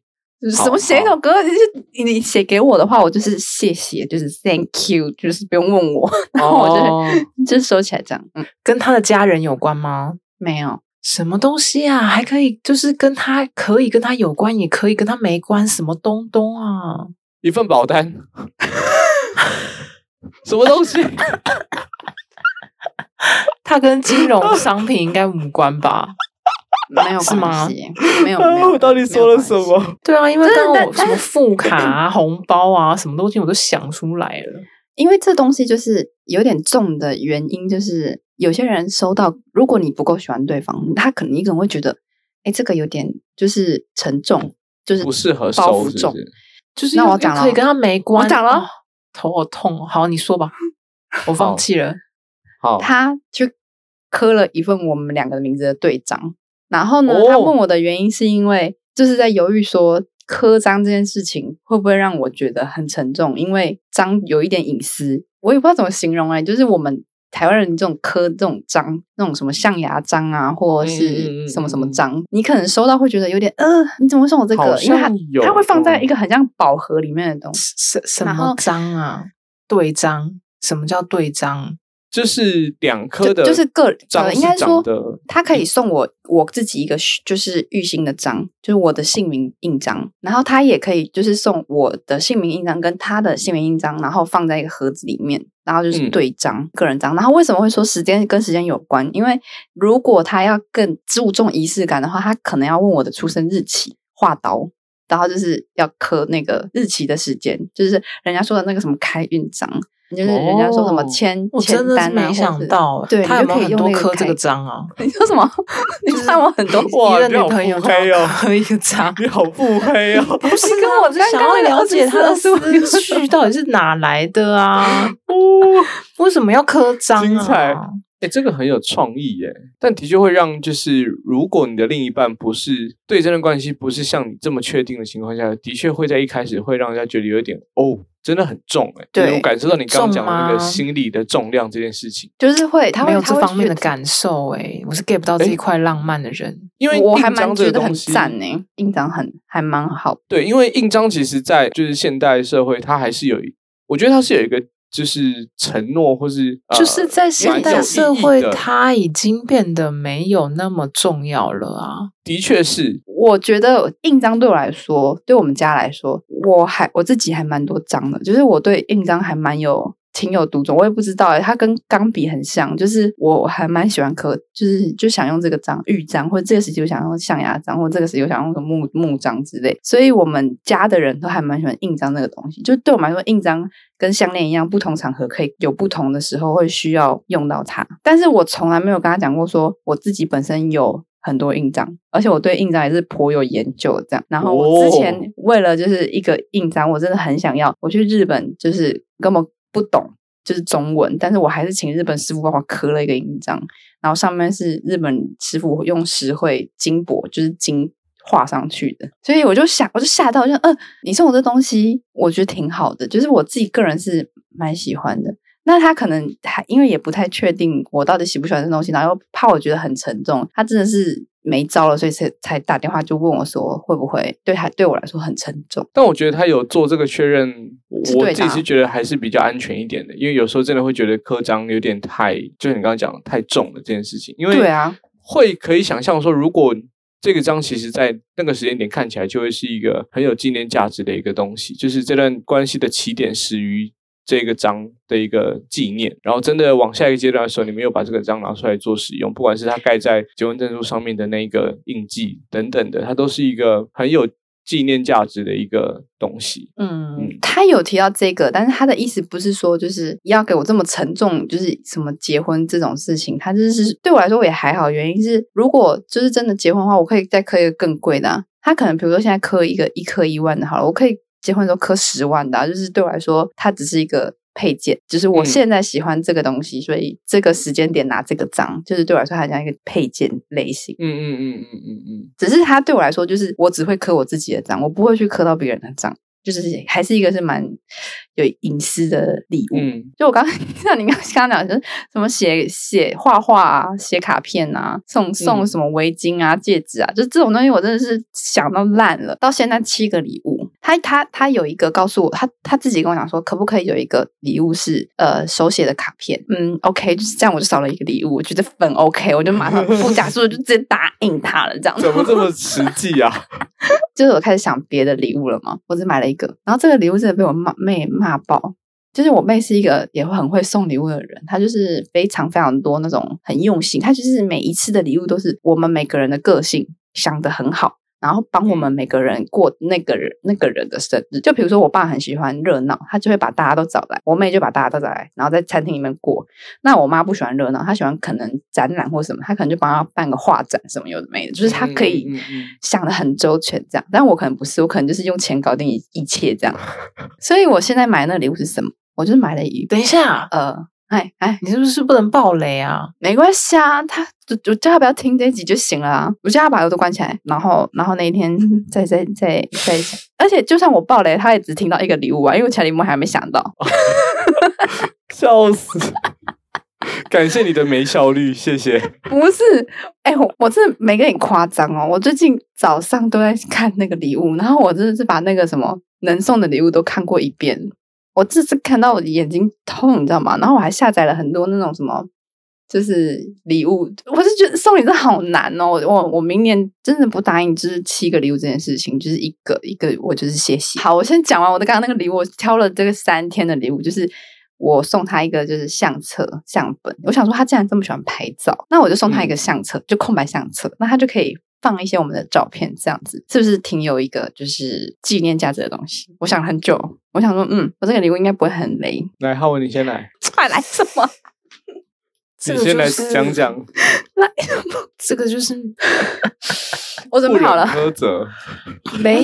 A: 好
C: 什么写一首歌？就是你你写给我的话，我就是谢谢，就是 Thank you，就是不用问我，然后 我就
A: 哦，
C: 就收起来这样。嗯，
B: 跟他的家人有关吗？
C: 没有，
B: 什么东西啊？还可以，就是跟他可以跟他有关，也可以跟他没关，什么东东啊？
A: 一份保单， 什么东西？
B: 它跟金融商品应该无关吧？
C: 没有
B: 是吗
C: 关系，没有没有。
A: 我到底说了什
C: 没有关系？
A: 么？
B: 对啊，因为刚
C: 真的
B: 刚我
C: 但
B: 什么副卡 啊、红包啊、什么东西我都想出来了。
C: 因为这东西就是有点重的原因，就是有些人收到，如果你不够喜欢对方，他可能你可能会觉得，哎，这个有点就是沉重，就是
A: 不适合
C: 包
A: 收，
C: 袱
A: 是
C: 重
A: 不。是？
B: 就是
C: 那
B: 又
C: 我
B: 又
C: 讲
B: 可以
C: 了
B: 跟他没关。
C: 讲了
B: 哦头好痛哦。好，你 说吧，我放
A: 好
B: 弃了。
A: 好，
C: 他去刻了一份我们两个名字的对章，然后呢，
A: 哦
C: 他问我的原因是因为就是在犹豫说刻章这件事情会不会让我觉得很沉重，因为章有一点隐私，我也不知道怎么形容哎、就是我们。台湾人这种刻这种章，那种什么象牙章啊，或者
A: 嗯嗯嗯嗯
C: 是什么什么
A: 嗯
C: 章，你可能收到会觉得有点，呃，你怎么会送我这
A: 好
C: 个？因为它
A: 像有
C: 它会放在
A: 嗯
C: 一个很像宝盒里面的东西。
B: 什什
C: 然
B: 么
C: 后
B: 章啊？对章？什么叫对章？
A: 就是两颗
C: 就
A: 的，
C: 就是个
A: 章
C: 呃，应该
A: 是长
C: 说
A: 的，嗯
C: 他可以送我我自己一个虚就是玉兴的章，就是我的姓名印章，然后他也可以就是送我的姓名印章跟他的姓名印章，然后放在一个盒子里面，然后就是
A: 嗯
C: 对章、个人章。然后为什么会说时间跟时间有关？因为如果他要更注重仪式感的话，他可能要问我的出生日期，画刀。然后就是要刻那个日期的时间，就是人家说的那个什么开运章，就是人家说什么
A: 哦
C: 签、
B: 我
C: 签
B: 真的是
C: 单啊，
B: 没想
C: 或者是
B: 到，
C: 对
B: 他
C: 你
B: 有没有很
C: 就可以用
B: 多
C: 那个
B: 颗这
C: 开
B: 个章啊？
C: 你说什么？你看我很多
A: 哇
B: 一任
A: 你好
B: 女朋友
A: 腹黑哦
B: 刻一个 章。
A: 你好腹黑哦！
B: 不是
C: 跟
B: 啊
C: 我
B: 我就
C: 刚
B: 想
C: 刚
B: 要
C: 的
B: 了
C: 24
B: 解他的
C: 24
B: 思 绪到底是哪来的啊？
A: 哦
B: 为什么要刻章啊？
A: 精彩哎、这个很有创意耶，但的确会让就是，如果你的另一半不是对这段关系不是像你这么确定的情况下，的确会在一开始会让人家觉得有一点哦，真的很重哎。
C: 对
A: 我感受到你刚刚讲的那个
B: 重吗
A: 心理的重量这件事情，
C: 就是会他
B: 没
C: 会
B: 有
C: 他
B: 这
C: 会
B: 方面
C: 觉
B: 的
C: 得
B: 感受哎、我是 get 不到这
A: 诶
B: 一块浪漫的人。
A: 因为
C: 我还
A: 印章
C: 蛮
A: 这
C: 觉
A: 个
C: 得很
A: 东西
C: 赞呢，印章很还蛮好，
A: 对，因为印章其实，在就是现代社会，它还是有一，我觉得它是有一个就是承诺或是、呃、
B: 就是在
A: 蛮
B: 现
A: 有
B: 代社
A: 意义
B: 会，
A: 的
B: 它已经变得没有那么重要了啊。
A: 的确是
C: 我觉得印章对我来说，对我们家来说，我还我自己还蛮多章的，就是我对印章还蛮有情有独钟。我也不知道、欸，它跟钢笔很像，就是我我还蛮喜欢刻，就是就想用这个章玉章，或者这个时期我想用象牙章，或者这个时期我想用个木木章之类。所以我们家的人都还蛮喜欢印章这个东西，就对我们来说，印章。跟项链一样，不同场合可以有不同的时候会需要用到它。但是我从来没有跟他讲过说我自己本身有很多印章，而且我对印章也是颇有研究这样。然后我之前为了就是一个印章，我真的很想要，我去日本就是根本不懂。就是中文，但是我还是请日本师傅帮我刻了一个印章，然后上面是日本师傅用石绘金箔，就是金画上去的，所以我就想，我就吓到，就嗯、呃，你送我这东西，我觉得挺好的，就是我自己个人是蛮喜欢的。那他可能还因为也不太确定我到底喜不喜欢这东西，然后又怕我觉得很沉重，他真的是没招了，所以才才打电话就问我说会不会对他对我来说很沉重。
A: 但我觉得他有做这个确认，我
C: 是
A: 我
C: 对的
A: 自己
C: 啊
A: 是觉得还是比较安全一点的，因为有时候真的会觉得刻章有点太，就你刚刚讲的太重了这件事情，因为
C: 对啊，
A: 会可以想象说，如果这个章其实在那个时间点看起来就会是一个很有纪念价值的一个东西，就是这段关系的起点始于。这个章的一个纪念，然后真的往下一个阶段的时候，你们又把这个章拿出来做使用，不管是它盖在结婚证书上面的那个印记等等的，它都是一个很有纪念价值的一个东西。
C: 嗯，他有提到这个，但是他的意思不是说就是要给我这么沉重，就是什么结婚这种事情，他就是对我来说我也还好。原因是如果就是真的结婚的话，我可以再刻一个更贵的、啊。他可能比如说现在刻一个一刻一万的好了，我可以结婚的时候刻十万的、啊，就是对我来说，它只是一个配件，就是我
A: 嗯
C: 现在喜欢这个东西，所以这个时间点拿这个章，就是对我来说，它像一个配件类型。
A: 嗯嗯嗯嗯嗯嗯，
C: 只是它对我来说，就是我只会刻我自己的章，我不会去刻到别人的章，就是还是一个是蛮有隐私的礼物。
A: 嗯，
C: 就我刚 像你刚刚讲，就是什么写写画画啊，写卡片啊，送送
A: 嗯
C: 什么围巾啊、戒指啊，就这种东西，我真的是想到烂了。到现在七个礼物，他他他有一个告诉我，他他自己跟我讲说，可不可以有一个礼物是呃手写的卡片？嗯，OK，就是这样，我就少了一个礼物，我觉得很 OK，我就 马上不假思索就直接答应他了，这样。
A: 怎么这么实际啊？
C: 就是我开始想别的礼物了嘛，我只买了一个，然后这个礼物真的被我骂妹骂爆。就是我妹是一个也会很会送礼物的人，她就是非常非常多那种很用心，她就是每一次的礼物都是我们每个人的个性想的很好，然后帮我们
A: 嗯
C: 每个人过那个人那个人的生日。就比如说我爸很喜欢热闹，他就会把大家都找来，我妹就把大家都找来，然后在餐厅里面过。那我妈不喜欢热闹，她喜欢可能展览或什么，她可能就帮她办个画展什么有的没的，就是她可以
A: 嗯嗯嗯嗯
C: 想的很周全这样。但我可能不是，我可能就是用钱搞定一一切这样。所以我现在买那礼物是什么？我就是买了一
B: 等一下，
C: 呃，哎哎，
B: 你是不是不能爆雷啊？
C: 没关系啊，他就我叫他不要听这一集就行了啊，我叫他把耳朵关起来，然后然后那一天再再再再想。而且就算我爆雷，他也只听到一个礼物啊，因为我前礼物还没想到。
A: 笑死！ 感谢你的没效率，谢谢。
C: 不是，哎、我我真的没跟你夸张哦。我最近早上都在看那个礼物，然后我真的是把那个什么能送的礼物都看过一遍。我这次看到我的眼睛痛，你知道吗？然后我还下载了很多那种什么，就是礼物。我就觉得送礼真的好难哦。我我我明年真的不答应，就是七个礼物这件事情，就是一个一个，我就是谢谢。好，我先讲完我的刚刚那个礼物，我挑了这个三天的礼物，就是我送他一个就是相册、相本。我想说他既然这么喜欢拍照，那我就送他一个相册，就空白相册，那他就可以放一些我们的照片，这样子是不是挺有一个就是纪念价值的东西？我想了很久，我想说，嗯，我这个礼物应该不会很雷。
A: 来，浩文，你先来，
C: 快来什么？
B: 这
A: 你
B: 个
A: 先
B: 就
A: 来
B: 是
A: 讲讲。
B: 这个就是
C: 我准
A: 不
C: 备好
A: 忍
C: 了。
A: 苛责，
B: 没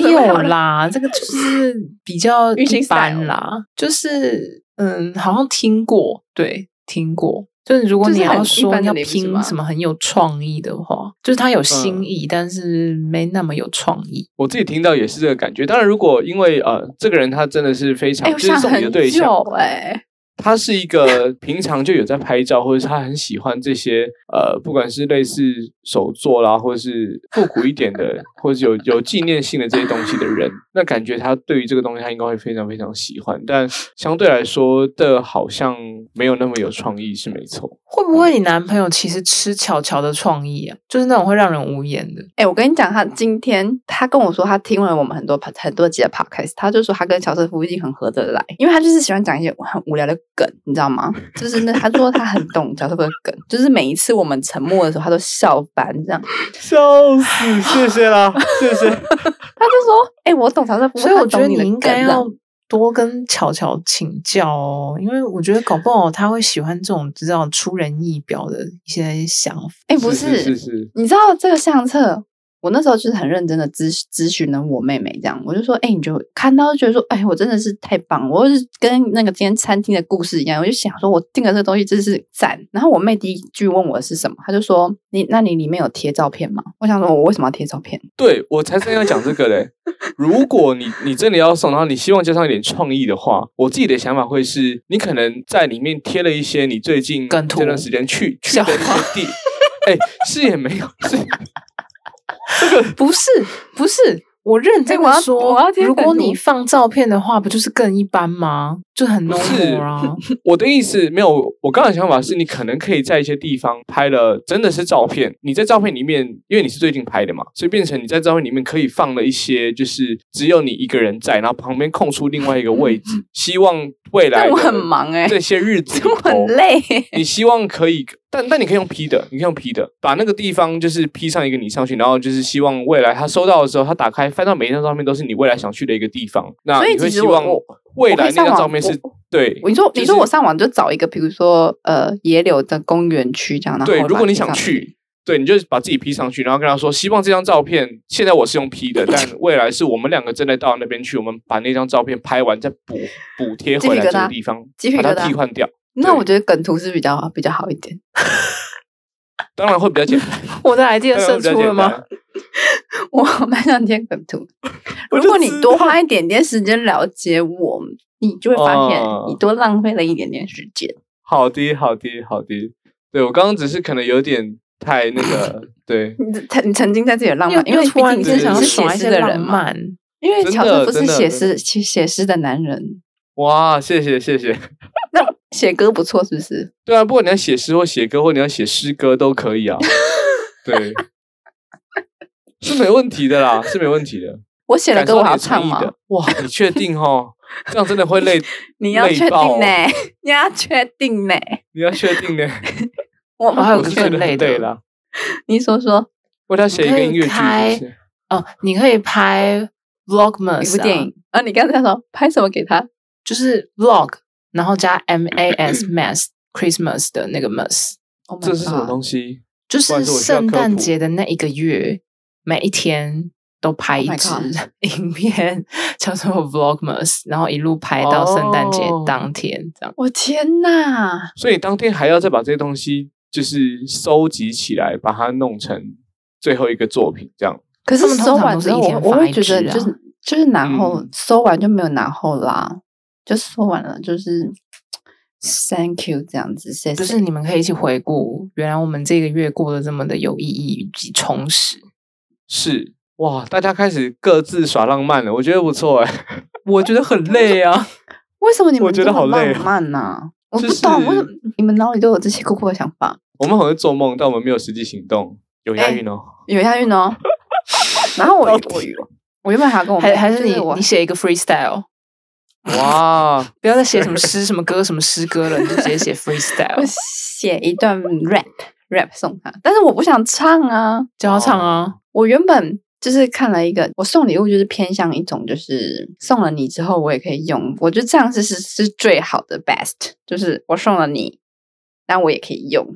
B: 有啦，这个就是比较
C: 运行
B: 一般
C: style
B: 啦，就是嗯，好像听过，对，听过。就是如果
C: 就是
B: 你
C: 很
B: 要
C: 一
B: 说
C: 般
B: 你
C: 的
B: 要
C: 礼物是
B: 拼
C: 吗
B: 什么很有创意的话，就是它有新
A: 嗯
B: 意，但是没那么有创意。
A: 我自己听到也是这个感觉。当然，如果因为呃，这个人他真的是非常，
C: 哎，我
A: 就是
C: 想
A: 送你的
C: 很
A: 对
C: 久
A: 象，
C: 哎，
A: 他是一个平常就有在拍照，或者是他很喜欢这些呃，不管是类似手作啦，或者是复古一点的，或者是有有纪念性的这些东西的人，那感觉他对于这个东西他应该会非常非常喜欢。但相对来说的，好像没有那么有创意，是没错。
B: 会不会你男朋友其实吃巧巧的创意啊？就是那种会让人无言的。
C: 哎，我跟你讲，他今天他跟我说，他听了我们很多很多集的 podcast，他就说他跟乔瑟夫已经很合得来，因为他就是喜欢讲一些很无聊的梗，你知道吗？就是那他说他很懂乔瑟夫的梗，就是每一次我们沉默的时候，他都笑翻这样，
A: 笑死，谢谢啦，谢谢。
C: 他就说：“哎、我懂乔瑟夫，
B: 所以我觉得
C: 你
B: 你
C: 的
B: 应
C: 梗
B: 该
C: 这样
B: 要多跟巧巧请教哦，因为我觉得搞不好他会喜欢这种知道出人意表的一些想法。
C: 哎、不
A: 是是
C: 是，
A: 是，
C: 你知道这个相册，我那时候就是很认真的咨咨询了我妹妹，这样我就说，哎、你就看到就觉得说，哎、我真的是太棒，我就是跟那个今天餐厅的故事一样，我就想说我订了这个东西真是赞。然后我妹第一句问我是什么，她就说，你那你里面有贴照片吗？我想说，我为什么要贴照片？
A: 对我才正要讲这个嘞。如果你你真的要送，然后你希望加上一点创意的话，我自己的想法会是，你可能在里面贴了一些你最近
B: 梗图
A: 这段时间去 去的
B: 笑
A: 一些地，哎，是也没有，是
B: 不是，不是，我认真
C: 哎我要
B: 的说，
C: 我要贴
B: 如
C: 梗
B: 果
C: 图
B: 你放照片的话，不就是更一般吗？就很
A: 不是
B: normal 啊。
A: 我的意思没有。我刚才的想法是你可能可以在一些地方拍了真的是照片，你在照片里面，因为你是最近拍的嘛，所以变成你在照片里面可以放了一些，就是只有你一个人在，然后旁边空出另外一个位 置，希望未来
C: 但我
A: 的
C: 很忙哎、
A: 这些日子
C: 我很
A: 累。
C: 累、
A: 你希望可以，但但你可以用 P 的，你可以用 P 的，把那个地方就是 P 上一个你上去，然后就是希望未来他收到的时候，他打开翻到每一张照片都是你未来想去的一个地方。那
C: 所以
A: 你会
C: 其实
A: 希
C: 我
A: 望
C: 我
A: 未
C: 我可
A: 来
C: 以
A: 那
C: 上
A: 张
C: 网
A: 照片是
C: 我
A: 对。
C: 你说，
A: 就
C: 你说
A: 是
C: 我上网就找一个，比如说呃野柳的公园区这样，然后
A: 对，
C: 我
A: 如
C: 把
A: 果
C: 它
A: 你
C: 贴
A: 想
C: 上
A: 去，对，你就把自己 P 上去，然后跟他说，希望这张照片现在我是用 P 的，但未来是我们两个真的到那边去，我们把那张照片拍完再补补贴
C: 鸡
A: 回
C: 皮
A: 来
C: 疙
A: 这个
C: 瘩
A: 地方
C: 鸡，皮
A: 把它
C: 疙瘩
A: 替换掉，
C: 那
A: 对
C: 我觉得梗图是比较比较好一点。
A: 当然会比较简单，
B: 哎我的 idea
A: 当然会
B: 射
A: 比较
B: 出了
A: 简
B: 吗
A: 单？。
C: 我蛮想贴梗图。
A: 我
C: 如
A: 就
C: 果你
A: 知
C: 多
A: 道
C: 花一点点时间了解我，你就会发现
A: 哦
C: 你多浪费了一点点时间。
A: 好的，好的，好的。对我刚刚只是可能有点太那 个，对，
C: 你曾你曾经在这里浪
B: 又
C: 漫，因为
B: 又
C: 毕
B: 突然
C: 竟你
B: 间
C: 是
A: 间
B: 想要
C: 是写
B: 耍一
C: 诗
B: 些
C: 的
B: 浪
C: 人嘛。
B: 漫，
C: 因为
A: 真
C: 乔瑟
A: 的
C: 夫是
A: 真的
C: 写
A: 真的
C: 诗写写诗的男人，
A: 哇，谢谢，谢谢。
C: 那写歌不错，是不是？
A: 对啊，不管你要写诗或写歌，或你要写诗歌都可 以啊。对，是没问题的啦，是没问题的。
C: 我 写了
A: 感
C: 歌，
A: 受
C: 我
A: 你
C: 还要
A: 的诚
C: 唱
A: 意
C: 吗
A: 的？。哇，你确定哦？这样真的会累，
C: 你要
A: 累
C: 确
A: 爆
C: 定呢？ 你要确定呢？
A: 你要确定 呢？
C: 我
B: 我还有
A: 我
B: 个
A: 是觉得
B: 更累
A: 很
B: 的
A: 累啦。
C: 你说说
A: 为他写一
B: 可
A: 个
B: 以
A: 音乐剧
B: 开
A: 是不是，
B: 哦，你可以拍 vlogmas
C: 一
B: 啊
C: 部电影啊？你刚才说拍什么给他？
B: 就是 vlog，然后加 m a s mass Christmas 的那个 mass，
C: Oh my
A: 这是什么
C: god
A: 东西？
B: 就
A: 不好
B: 是
A: 意思我需要
B: 圣
A: 科
B: 诞
A: 普
B: 节的那一个月，每一天都拍
C: Oh
B: 一
C: my
B: 支
C: god
B: 影片，叫做 vlogmas，然后一路拍到圣诞节
A: 哦
B: 当天这样。
C: 我天呐！
A: 所以当天还要再把这些东西就是收集起来，把它弄成最后一个作品，这样。
C: 可
B: 他们
C: 是
B: 通
C: 收
B: 常
C: 完
B: 都是
C: 之后，
B: 一
C: 我
B: 天
C: 我
B: 发
C: 会
B: 一
C: 觉得
B: 支啊
C: 就是就是然后
A: 嗯
C: 收完就没有然后啦，就收完了就是 thank you 这样子，谢谢。
B: 就是你们可以一起回顾，原来我们这个月过得这么的有意义以及充实。
A: 是哇，大家开始各自耍浪漫了，我觉得不错哎、
B: 我觉得很累 啊，
C: 为什么你
A: 我
C: 们
A: 觉
C: 这
A: 得
C: 么
A: 好累
C: 浪
A: 哦
C: 漫呐？我
A: 就
C: 不懂为什
A: 是
C: 么你们脑里都有这些酷酷的想法，
A: 我们很会做梦，但我们没有实际行动，有押
C: 哎
A: 韵哦。
C: 有押韵哦。 然后我
A: 到
C: 我
A: 底
C: 我原本还要跟我
B: 还
C: 妹
B: 还是
C: 就
B: 你
C: 我
B: 你写一个 freestyle，
C: 哎
A: 哇，
B: 不要再写什么诗、什么歌、什么诗歌了，你就直接 写
C: 我
B: freestyle，
C: 写一段 rap rap 送他，但是我不想唱啊。
B: 教他唱啊。
C: 我原本就是看了一个，我送礼物就是偏向一种，就是送了你之后我也可以用，我觉得这样是是是最好的 best，就是我送了你，但我也可以用，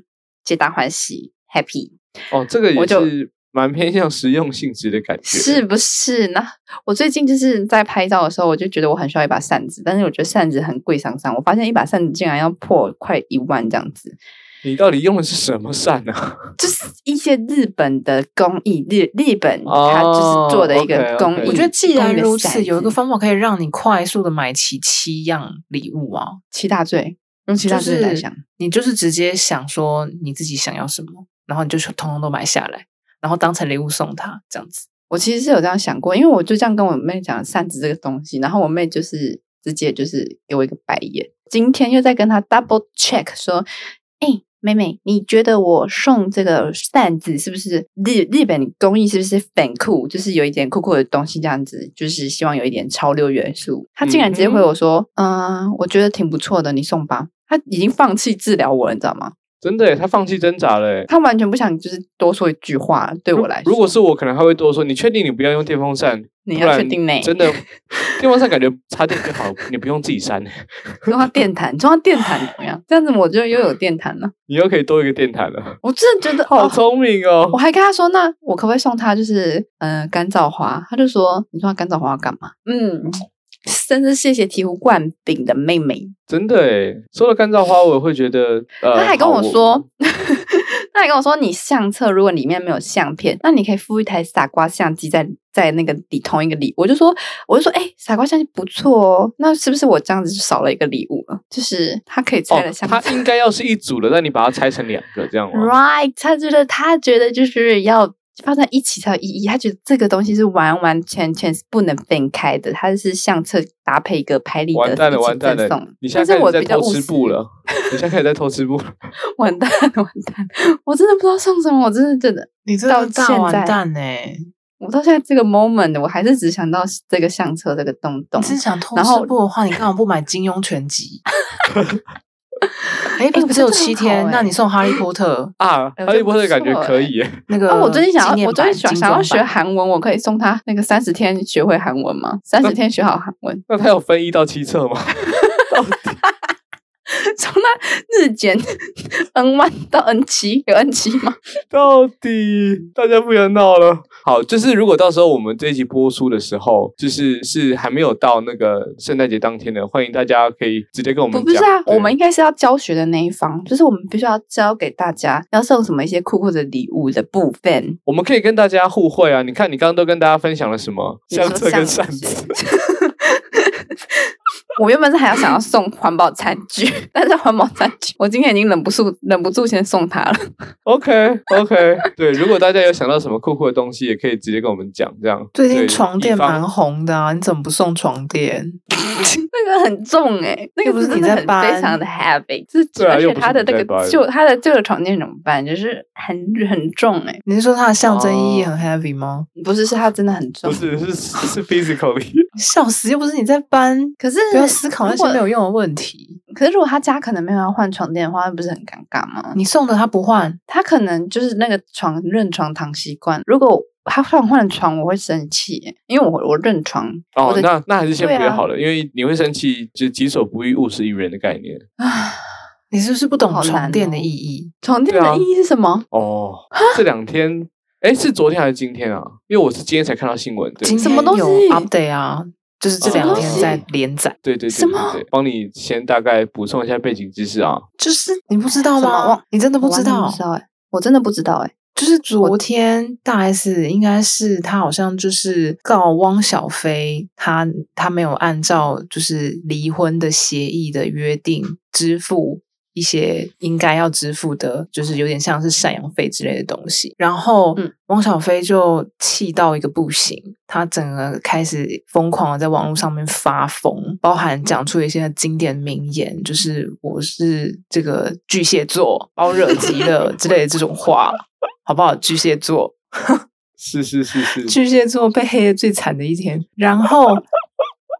C: 皆大欢喜，happy，
A: 哦，这个
C: 我
A: 也
C: 就是
A: 蛮偏向实用性质的感觉。
C: 是，不是呢？我最近就是在拍照的时候，我就觉得我很需要一把扇子，但是我觉得扇子很贵上上，我发现一把扇子竟然要破快一万这样子，
A: 你到底用的是什么扇呢、啊？
C: 就是一些日本的工艺，日日本它就是做的一个
A: 哦
C: 工
A: ，OK，OK
C: 艺。
B: 我觉得既然如
C: 工
B: 此，
C: 艺的
B: 有一个
C: 扇子
B: 方法可以让你快速的买齐七样礼物啊，
C: 七大罪，用七大
B: 嗯就
C: 罪
B: 是
C: 来想，
B: 你就是直接想说你自己想要什么，然后你就通通都买下来，然后当成礼物送他这样子。
C: 我其实是有这样想过，因为我就这样跟我妹讲扇子这个东西，然后我妹就是直接就是给我一个白眼。今天又在跟她 double check 说，哎、妹妹，你觉得我送这个扇子是不是日日本工艺是不是很酷？就是有一点酷酷的东西这样子，就是希望有一点潮流元素。她竟然直接回我说，嗯、我觉得挺不错的，你送吧。她已经放弃治疗我了，你知道吗？
A: 真的耶，他放弃挣扎了耶。欸
C: 她完全不想就是多说一句话，对我来说，
A: 如果是我，可能还会多说。你确定你不要用电风扇？
C: 你
A: 不
C: 要
A: 然
C: 确定呢，
A: 真 的，电风扇感觉插电就好，你不用自己扇，欸
C: 中央电毯，中央电毯怎 么样？这样子我就又有电毯了。
A: 你又可以多一个电毯了。
C: 我真的觉得
A: 好
C: 哦，
A: 聪明哦
C: 我！还跟他说，那我可不可以送他就是嗯、呃干燥花？他就说，你送他干燥花要干嘛？嗯，真是谢谢醍醐灌顶的妹妹。
A: 真的诶，说到干燥花，我会觉得，呃，
C: 他还跟
A: 好
C: 我说，， 他还跟我说，你相册如果里面没有相片，那你可以附一台傻瓜相机在在那个里同一个礼。我就说，我就说，哎、傻瓜相机不错哦，那是不是我这样子就少了一个礼物了？就是他可以拆了
A: 哦，
C: 相册。
A: 它应该要是一组的，但你把它拆成两个，这样吗？
C: Right，他觉得他觉得就是要放在一起才有意义，他觉得这个东西是完完全全是不能分开的，它是相册搭配一个拍立得
A: 完蛋了，
C: 一起
A: 完蛋
C: 赠
A: 了
C: 送！
A: 你现在开
C: 但是
A: 始
C: 我
A: 在
C: 比较
A: 偷
C: 务
A: 吃
C: 实
A: 布，了，你现在开始在偷吃 布了。
C: 完蛋了，完蛋了！我真的不知道送什么，我真的真的，
B: 你
C: 真的大完蛋
B: 呢、
C: 我到现在这个 moment，我还是只想到这个相册这个洞洞
B: 你。真想偷
C: 然后
B: 吃布的话，你干嘛不买金庸全 集？哎、
C: 可
B: 不
C: 是
B: 只有
C: 这很
B: 七
C: 好
B: 天，那
C: 欸
B: 你送哈利波特
A: 啊，
C: 哎
A: 哈利波特感觉
C: 我觉得不错
A: 可以耶，
B: 那个、
C: 哦，我最近想要，我最近想想要学，韩文，我可以送他那个三十天学会韩文吗？三十天学好韩文，
A: 那它有分一到七册吗？
C: 从那日检 N one 到 N 七，有 N 七吗？
A: 到底大家不要闹了。好，就是如果到时候我们这一集播出的时候，就是是还没有到那个圣诞节当天的，欢迎大家可以直接跟我们
C: 不
A: 讲。
C: 不是啊，
A: 对
C: 我们应该是要教学的那一方，就是我们必须要教给大家要送什么一些酷酷的礼物的部分。
A: 我们可以跟大家互惠啊！你看，你刚刚都跟大家分享了什么？
C: 比如
A: 相
C: 说
A: 册跟
C: 像
A: 扇子。
C: 我原本是还要想要送环保餐具， 但是环保餐具我今天已经忍不住忍不住先送他了。
A: OK OK，对， 如果大家有想到什么酷酷的东西，也可以直接跟我们讲。这样
B: 最
A: 对
B: 近床
A: 以
B: 垫
A: 防
B: 蛮红的啊，你怎么不送床垫？
C: 那个很重哎、那
B: 又
C: 个
B: 不是
C: 真
B: 你
C: 的
B: 在
C: 很
B: 搬
C: 非常的 heavy，就是
A: 对啊
C: 而
A: 又
C: 且
A: 不是
C: 它的
A: 你
C: 那
A: 在
C: 个
A: 搬
C: 旧它的旧的床垫怎么办？就是很很重哎、
B: 你是说它的象征意义
A: 哦
B: 很 heavy 吗？
C: 不是是它真的很重
A: 不，是是是 physically，
B: 笑死，又不是你在搬，
C: 可是
B: 不要思考那
C: 如果
B: 些没有用的问题。
C: 可是如果他家可能没有要换床垫的话，那不是很尴尬吗？
B: 你送的他不换，
C: 他可能就是那个床认床躺习惯。如果他换换床，我会生气耶，因为我我认床。我
A: 哦
C: 的，
A: 那那还是先
C: 对
A: 不要
C: 啊
A: 好了，因为你会生气，就己所不欲，勿施于人的概念。
B: 你是不是不懂
C: 好难
B: 床垫的
C: 哦
B: 意义？
C: 床垫
A: 对啊
C: 的意义是什么？
A: 哦，这两天，哎，是昨天还是今天啊？因为我是今天才看到新闻，对
B: 今
A: 对
C: 什么
B: 天
C: 东
B: 有
C: 西
B: update 啊，就是这
A: 什
B: 两
A: 么
B: 天
A: 东西
B: 在连载，
A: 对对
C: 什么
A: 对对，帮你先大概补充一下背景知识啊。
B: 就是你不知道
C: 什么
B: 吗
C: 忘？
B: 你真的
C: 我
B: 不
C: 完
B: 知
C: 全
B: 道
C: 不？知道哎，我真的不知道哎。
B: 就是昨天大 S 应该是她好像就是告汪小菲，她她没有按照就是离婚的协议的约定支付一些应该要支付的，就是有点像是赡养费之类的东西。然后，
C: 嗯
B: 汪小菲就气到一个不行，他整个开始疯狂的在网络上面发疯，包含讲出一些经典名言，就是我是这个巨蟹座，把我惹急了之类的这种话，好不好？巨蟹座，
A: 是是是是，
B: 巨蟹座被黑的最惨的一天。然后，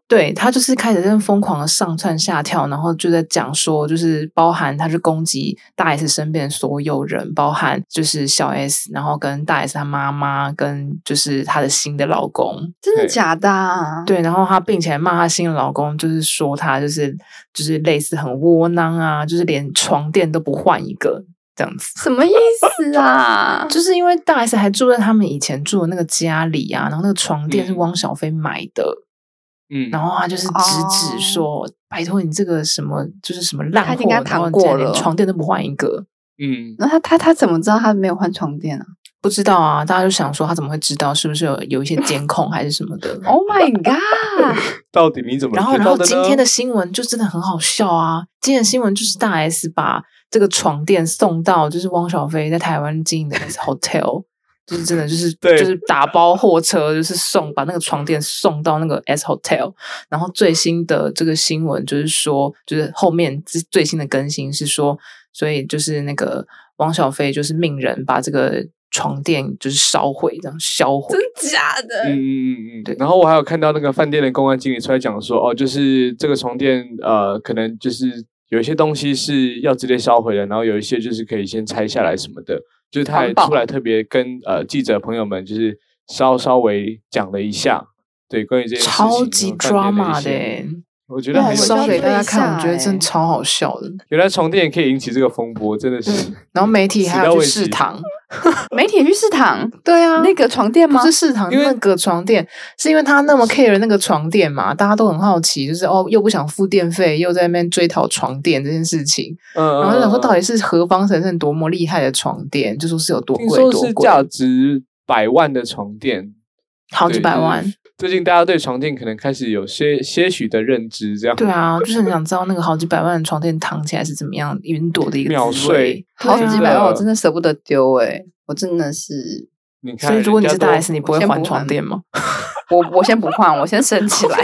B: 对他就是开始在疯狂的上蹿下跳，然后就在讲说，就是包含他去攻击大 S 身边的所有人，包含就是小 S，然后跟大 S 她妈妈，跟就是她的新的老公，
C: 真的
A: 对
C: 假的、啊？，
B: 对，然后她并且骂她新的老公，就是说她就是就是类似很窝囊啊，就是连床垫都不换一个这样子。？
C: 什么意思啊
B: 就是因为大 S 还住在他们以前住的那个家里啊，然后那个床垫是
A: 嗯
B: 汪小菲买的，
A: 嗯，
B: 然后他就是直指
C: 哦
B: 说：“拜托你这个什么，就是什么烂货，
C: 他已经跟他
B: 然后
C: 谈过
B: 你连
C: 了
B: 床垫都不换一个。”
A: 嗯，
C: 那他他他怎么知道他没有换床垫啊
B: 不知道啊，大家就想说他怎么会知道？是不是有有一些监控还是什么的？
C: ？Oh my god！
A: 到底你怎么
B: 然后，
A: 知
B: 然
A: 道
B: 后
A: 的呢？
B: 今天的新闻就真的很好笑啊！今天的新闻就是大 S 把这个床垫送到就是汪小菲在台湾经营的 S Hotel，就是 真的就是
A: 对
B: 就是打包货车，就是送把那个床垫送到那个 S Hotel。然后最新的这个新闻就是说，就是后面最最新的更新是说，所以就是那个汪小菲就是命人把这个床垫就是烧毁，这样销毁。
C: 假的
A: 嗯嗯嗯嗯
B: 对，
A: 然后我还有看到那个饭店的公关经理出来讲说，哦，就是这个床垫，呃，可能就是有一些东西是要直接烧毁的，然后有一些就是可以先拆下来什么的，就是他还
C: 环保
A: 出来特别跟呃记者朋友们就是稍稍微讲了一下，对，关于这件事情
B: 超级
A: 然后饭店的
B: drama
A: 一
B: 的
A: 些
B: 欸、
A: 我觉得
C: 哇
A: 很有
C: 我
B: 烧
A: 趣
B: 给大家看，我觉得
C: 我需要追一下欸
B: 真的超好笑的。
A: 原来床垫也可以引起这个风波，真的是。
B: 然后媒体
A: 死
B: 还
A: 到
B: 要
A: 为
B: 去
A: 止
B: 试躺，
C: 媒体去试躺
B: 对啊，
C: 那个床垫吗
B: 不？是试躺
A: 因为
B: 那个床垫，是因为他那么 care 那个床垫嘛，大家都很好奇，就是哦又不想付电费，又在那边追讨床垫这件事情，
A: 嗯，
B: 然后就想说到
A: 底
B: 底是何方神圣多么厉害的床垫，就说是有多
A: 听
B: 贵
A: 说
B: 多
A: 是
B: 贵，
A: 价值百万的床垫，
B: 好几
A: 对
B: 百
A: 就是
B: 万，
A: 最近大家对床垫可能开始有些些许的认知，这样
B: 对啊，就是很想知道那个好几百万的床垫躺起来是怎么样云朵的一个
A: 秒
B: 滋味
A: 睡。
C: 好
B: 对啊
C: 几百万，
A: 对啊
C: 我真的舍不得丢哎！我真的是，
A: 你看，
B: 所以如果你是大 S，
A: 你
B: 你不会
C: 先不
B: 还床
C: 还
B: 垫吗？
C: 我我先不换，我先省起来。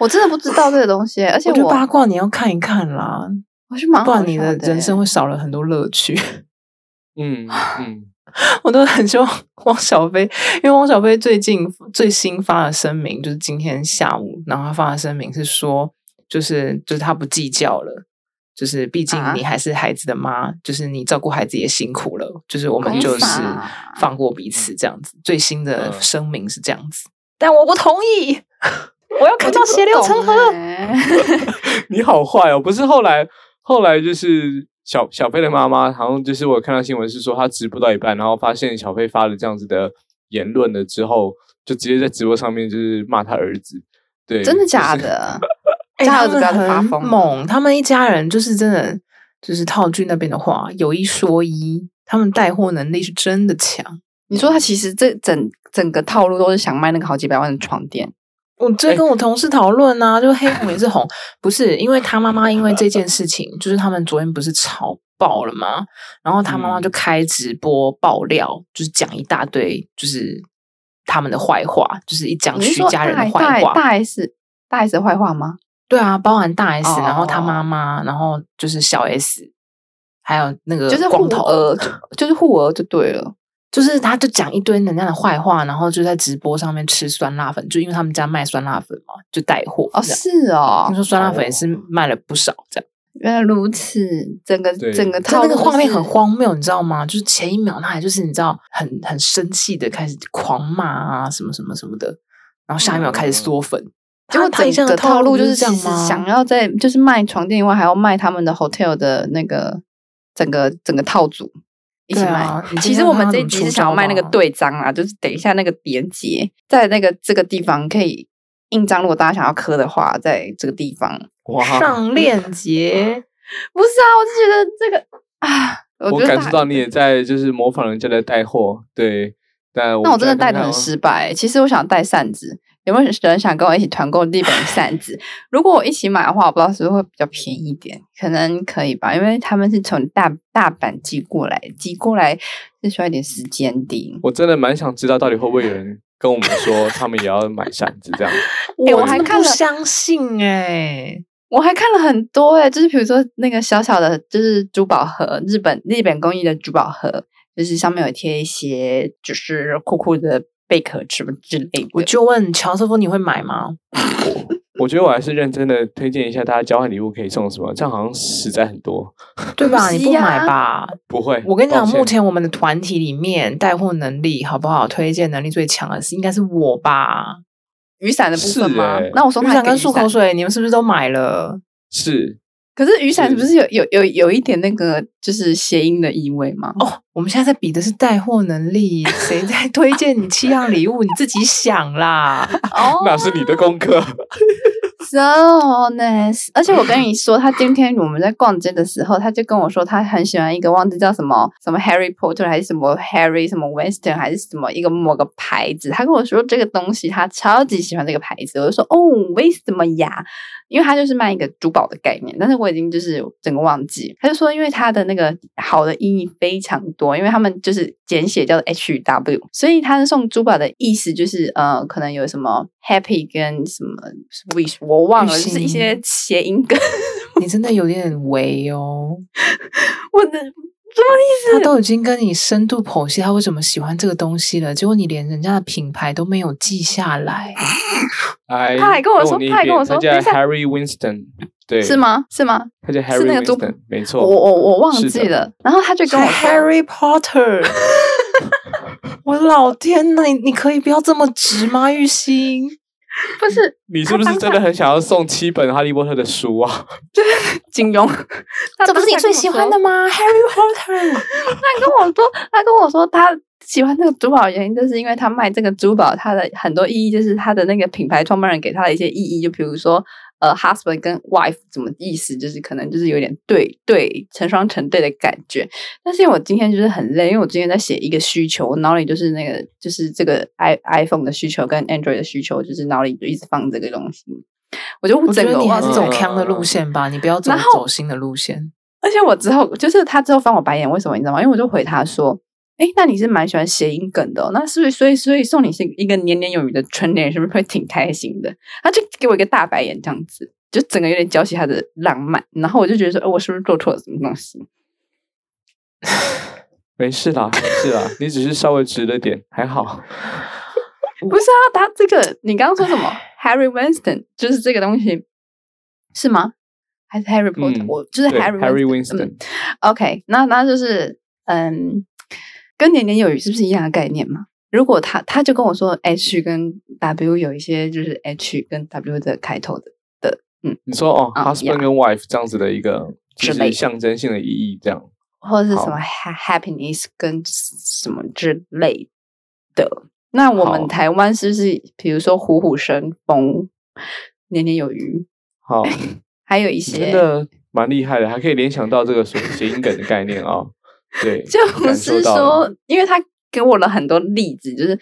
C: 我真的不知道这个东西，而且
B: 我觉得八
C: 我
B: 卦你要看一看啦，
C: 我是蛮
B: 不
C: 好
B: 然你
C: 笑
B: 的人生
C: 欸
B: 会少了很多乐趣。
A: 嗯嗯，
B: 我都很希望 汪小菲，因为汪小菲最近最新发的声明，就是今天下午，然后他发的声明是说，就是就是他不计较了。就是，毕竟
C: 啊
B: 你还是孩子的妈，就是你照顾孩子也辛苦了，就是我们
A: 公
B: 就是
C: 法
B: 放过彼此这样子。最新的
A: 嗯
B: 声明是这样子，但我不同意， 我要看到血流成河。
C: 懂欸
A: 你好坏哦！不是后来后来就是小小飞的妈妈，好像就是我有看到新闻是说，她直播到一半，然后发现小飞发了这样子的言论了之后，就直接在直播上面就是骂他儿子，对，
C: 真的假
A: 就是？
C: 的？
B: 哎
C: 家
B: 他
C: 儿
B: 们
C: 子不要再发
B: 很
C: 疯了
B: 猛，他们一家人就是真的，就是套句那边的话，有一说一，他们带货能力是真的强。
C: 你说他其实这整整个套路都是想卖那个好几百万的床垫，
B: 我
A: 哎
B: 这跟我同事讨论啊，就黑红也是红，不是因为他妈妈因为这件事情，就是他们昨天不是吵爆了吗？然后他妈妈
A: 嗯
B: 就开直播爆料，就是讲一大堆，就是他们的坏话，就是一讲
C: 你是
B: 徐
C: 说
B: 家
C: 大
B: 人的坏
C: 大
B: 话。
C: 大 S 大 S 的坏话吗？
B: 对啊，包含大 S，、然后他
C: 哦
B: 妈妈，然后就是小 S，还有那个
C: 就是
B: 光
C: 护
B: 头，
C: 额，就就是护额就对了。
B: 就是他就讲一堆人家的坏话，然后就在直播上面吃酸辣粉，就因为他们家卖酸辣粉嘛，就带货
C: 哦，
B: 这样
C: 是哦
B: 听，说酸辣粉也是卖了不少，这样。
C: 原来如此，整个
A: 对
C: 整个
B: 他
C: 套
B: 那
C: 路
B: 个画面很
C: 荒，
B: 荒谬，你知道吗？就是前一秒他还就是你知道很很生气的开始狂骂啊，什么什么什么的，然后下一秒开始缩粉，
C: 哦结果
B: 他一向
C: 整个
B: 的
C: 套路
B: 路
C: 就是
B: 这
C: 其
B: 样
C: 实
B: 吗？
C: 想要在就是卖床垫以外，还要卖他们的 hotel 的那个整个整个套组一起
B: 对
C: 卖。
B: 啊你今
C: 其
B: 天
C: 实
B: 看
C: 我们
B: 他
C: 这一
B: 怎么
C: 集是
B: 出
C: 想要
B: 招
C: 卖那个
B: 吧
C: 对章啊，就是等一下那个连接在那个这个地方可以印章，如果大家想要刻的话，在这个地方。
A: 哇！
B: 上链 接，
C: 不是啊，我是觉得这个啊，我
A: 我
C: 觉得
A: 感
C: 大
A: 受到你也在就是模仿人家的带货，对，但
C: 那我真的带的
A: 的
B: 哦
C: 很失败。欸其实我想带扇子，有没有人想跟我一起团购日本的扇子？如果我一起买的话，我不知道是不是会比较便宜一点，可能可以吧，因为他们是从大大阪寄过来，寄过来是需要一点时间的。
A: 我真的蛮想知道到底会不会有人跟我们 说他们也要买扇子这样。
C: 哎
B: 我
C: 我还
B: 真的不
C: 看了
B: 相信哎、
C: 我还看了很多哎、就是比如说那个小小的，就是珠宝盒，日本日本工艺的珠宝盒，就是上面有贴一些就是酷酷的贝壳什么之类的。
B: 我就问乔瑟夫，你会买吗？
A: 我觉得我还是认真的推荐一下大家交换礼物可以送什么，这样好像实在很多。
B: 对吧？
C: 不
B: 你
C: 是
B: 不
C: 呀
B: 买吧？
A: 不会，
B: 我跟你讲，
A: 抱歉
B: 目前我们的团体里面带货能力好不好？推荐能力最强的是应该是我吧？
C: 雨伞的部分
A: 是
C: 吗？
A: 欸
C: 那我送
B: 雨
C: 他
B: 伞
C: 一个
B: 跟漱
C: 伞
B: 口水，你们是不是都买了？
A: 是
C: 可是雨伞
A: 是
C: 不是有有有有一点那个就是谐音的意味吗？
B: 哦，我们现在在比的是带货能力，谁在推 荐你七样礼物？你自己想啦。
C: 哦
A: 那是你的功课。
C: so honest。而且我跟你说，他今天我们在逛街的时候，他就跟我说他很喜欢一个忘记叫什么什么 Harry Potter 还是什么 Harry 什么 Western 还是什么一个某个牌子。他跟我说这个东西他超级喜欢这个牌子，我就说哦，为什么呀？因为他就是卖一个珠宝的概念，但是我已经就是整个忘记。他就说，因为他的那个好的意义非常多，因为他们就是简写叫 H E W，所以他送珠宝的意思就是呃，可能有什么 happy 跟什么 wish，我忘了，
B: 旅
C: 就
B: 行
C: 是一些谐音梗。
B: 你真的有点违哦。
C: 我的
B: 他都已经跟你深度剖析他为什么喜欢这个东西了，结果你连人家的品牌都没有记下 来。
A: 哎，
C: 他还跟我说
A: 你一
C: 他还跟
A: 点
C: 我说
A: 他叫
C: 等一下
A: Harry Winston，对，
C: 是？吗？是吗？
A: 他叫
C: 那
A: Harry
C: 个
A: Winston，没
C: 我
A: 错。
C: 我我忘
A: 是
C: 记
A: 的
C: 了。然后他就跟我说
B: Harry Potter，我老天呐，你你可以不要这么直吗，玉鑫？
C: 不是
A: 你是不是真的很想要送七本《哈利波特》的书啊？
C: 金庸，他
B: 这不是你
C: 当下
B: 最
C: 跟我
B: 喜欢
C: 说
B: 的吗？Harry Potter，
C: 他跟我说，他跟我说他喜欢这个珠宝的原因，就是因为他卖这个珠宝，它的很多意义就是他的那个品牌创办人给他的一些意义，就比如说呃，husband 跟 wife 怎么意思，就是可能就是有点对对成双成对的感觉。但是因为我今天就是很累，因为我今天在写一个需求，我脑里就是那个就是这个 i iPhone 的需求跟 Android 的需求，就是脑里就一直放这个东西。我就
B: 我觉
C: 整个
B: 得你还
C: 忘
B: 是
C: 记
B: 走康的路线吧，你不要走
C: 然后
B: 走心的路线。
C: 而且我之后就是他之后翻我白眼，为什么你知道吗？因为我就回他说：“哎，那你是蛮喜欢谐音梗的哦、那是不是所以所以送你是一个年年有余的春联，是不是会挺开心的？”他就给我一个大白眼，这样子就整个有点浇熄他的浪漫。然后我就觉得说：“哎，我是不是做错了什么东西
A: 没事啦，没事啦，你只是稍微直了点，还好。？”
C: 不是啊，他这个你刚刚说什么 Harry Winston 就是这个东西是吗？还是 Harry Potter？、
A: 嗯
C: 我就是
A: 对
C: Harry
A: Harry
C: Winston 嗯
A: Winston，
C: OK，那那就是嗯，跟年年有余是不是一样的概念嘛？如果他他就跟我说 H 跟 W 有一些就是 H 跟 W 的开头的的，嗯，
A: 你说哦
C: 啊呀
A: ，husband 跟 wife 这样子的一个就
C: 之
A: 是
C: 类的
A: 象征性的意义，这样。
C: 或者是什么
A: 好
C: ha- happiness 跟什么之类的。那我
A: 好
C: 们台湾是不是比如说虎虎生风、年年有余，
A: 好，
C: 哎还有一
A: 你真
C: 些
A: 的蛮厉害的，还可以联想到这个所谓谐音梗的概念啊、对，
C: 就
A: 感受
C: 是
A: 到了
C: 说，因为他给我了很多例子，就是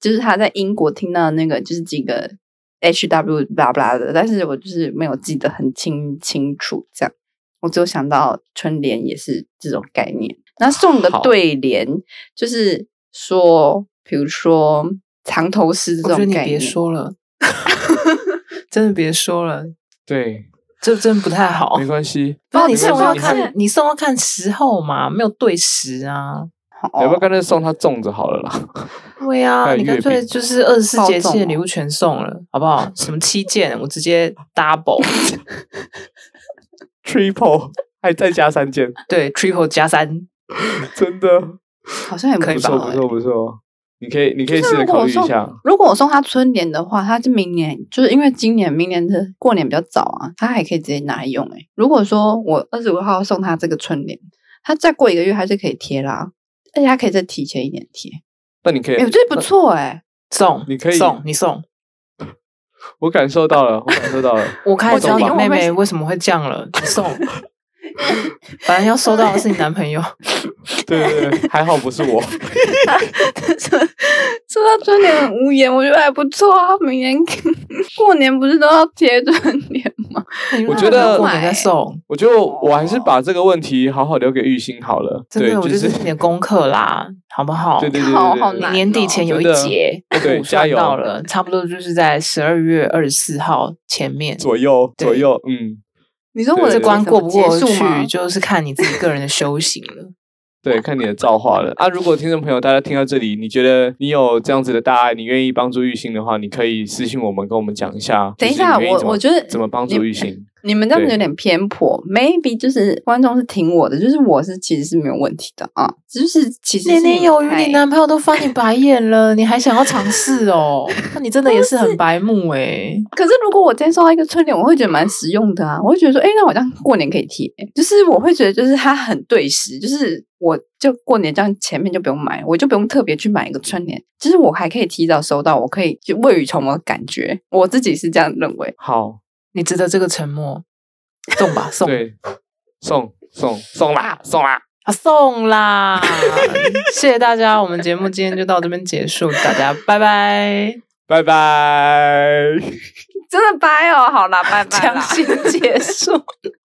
C: 就是他在英国听到那个就是几个 H W 巴拉巴拉的，但是我就是没有记得很清清楚，这样我只有想到春联也是这种概念。那送的
A: 好
C: 对联就是说，比如说藏头诗这
B: 我觉得
C: 种
B: 你
C: 概
B: 别
C: 念，
B: 说了， 真的别说了，
A: 对，
B: 这真不太
C: 哦
B: 好
A: 没。关系。
B: 不
C: 然
B: 然
C: 你
B: 你
C: 送
B: 送
C: 要
B: 要
C: 看
B: 看，你送要看时候嘛，没有对时啊。
A: 要不要
C: 哦
A: 干脆送他粽子好了啦？
B: 对
A: 还
B: 啊，
A: 有
B: 你干
A: 月
B: 脆
A: 饼
B: 就是二十四
C: 暴
B: 节气
C: 粽
B: 的
C: 哦
B: 礼物全送了，好不好？什么七件，我直接 double，
A: triple 还再加三件，
B: 对 triple 加三。
A: 真的
C: 好像也
B: 可以
A: 不
B: 吧
A: 错
C: 好
A: 不
C: 欸
A: 错不错，你可以你可以
C: 就
A: 试
C: 是
A: 着
C: 如
A: 考
C: 果我
A: 虑一
C: 送
A: 下。
C: 如果我送他春联的话，他是明年，就是因为今年、明年的过年比较早啊，他还可以直接拿来用、欸。如果说我二十五号送他这个春联，他再过一个月他就可以贴啦，而且他可以再提前一年贴。
A: 那你可以
C: 哎、，我觉得不错哎、
B: 送
A: 你可以
B: 送你送，
A: 我感受到了，我感受到了。
B: 我开始知道
A: 懂
B: 你
A: 吧
B: 妹妹为什么会这样了。你送，反正要收到的是你男朋 友。
A: 对对对，还好不是我。
C: 说到春联很无言，我觉得还不错啊。明年 过年不是都要贴春联吗？
A: 我觉得
B: 过
C: 欸
B: 年再送，
A: 我觉得我还是
C: 哦
A: 把这个问题好好留给玉兴好了。
B: 真
A: 对，
B: 的，我
A: 就
B: 觉得
A: 是
B: 这是你的功课啦，好不好？
A: 对对对对
C: 好
A: 对
C: 好
A: 对
B: 你
C: 难
B: 年
C: 哦
B: 底前有一
A: 真的
B: 节，我
A: 对
B: 估
A: 加
B: 算
A: 油
B: 到了，差不多就是在十二月二十四号前面。
A: 左右
B: 对
A: 左右，嗯，
C: 你说
A: 对
C: 我的
A: 对
B: 这关过不过
C: 结束吗
B: 去，就是看你自己个人的修行 了。
A: 对，看你的造化了啊！如果听众朋友大家听到这里，你觉得你有这样子的大爱，你愿意帮助玉兴的话，你可以私信我们，跟我们讲一下。
C: 等一
A: 就是
C: 下，
A: 你愿意
C: 我
A: 怎么
C: 我觉得
A: 怎么帮助玉兴？
C: 你哎们这样子
A: 对
C: 有点偏颇，maybe 就是观众是听我的，就是我是其实是没有问题的啊，就是其实
B: 年年有余，
C: 余
B: 你男朋友都翻你白眼了，你还想要尝试哦？ 那你真的也是很白目哎。
C: 可是如果我今天收到一个春联，我会觉得蛮实用的啊，我会觉得说，哎、那我这样过年可以贴，就是我会觉得就是它很对时，就是我就过年这样前面就不用买，我就不用特别去买一个春联，就是我还可以提早收到，我可以就未雨绸缪的感觉，我自己是这样认为。
A: 好，
B: 你值得这个沉默，送吧送
A: 对，送送送啦送啦，
B: 啊送啦！ 谢谢大家，我们节目今天就到这边结束，大家拜拜。
A: 拜拜。
C: 真的掰哦，好啦，拜拜啦。
B: 强行结束。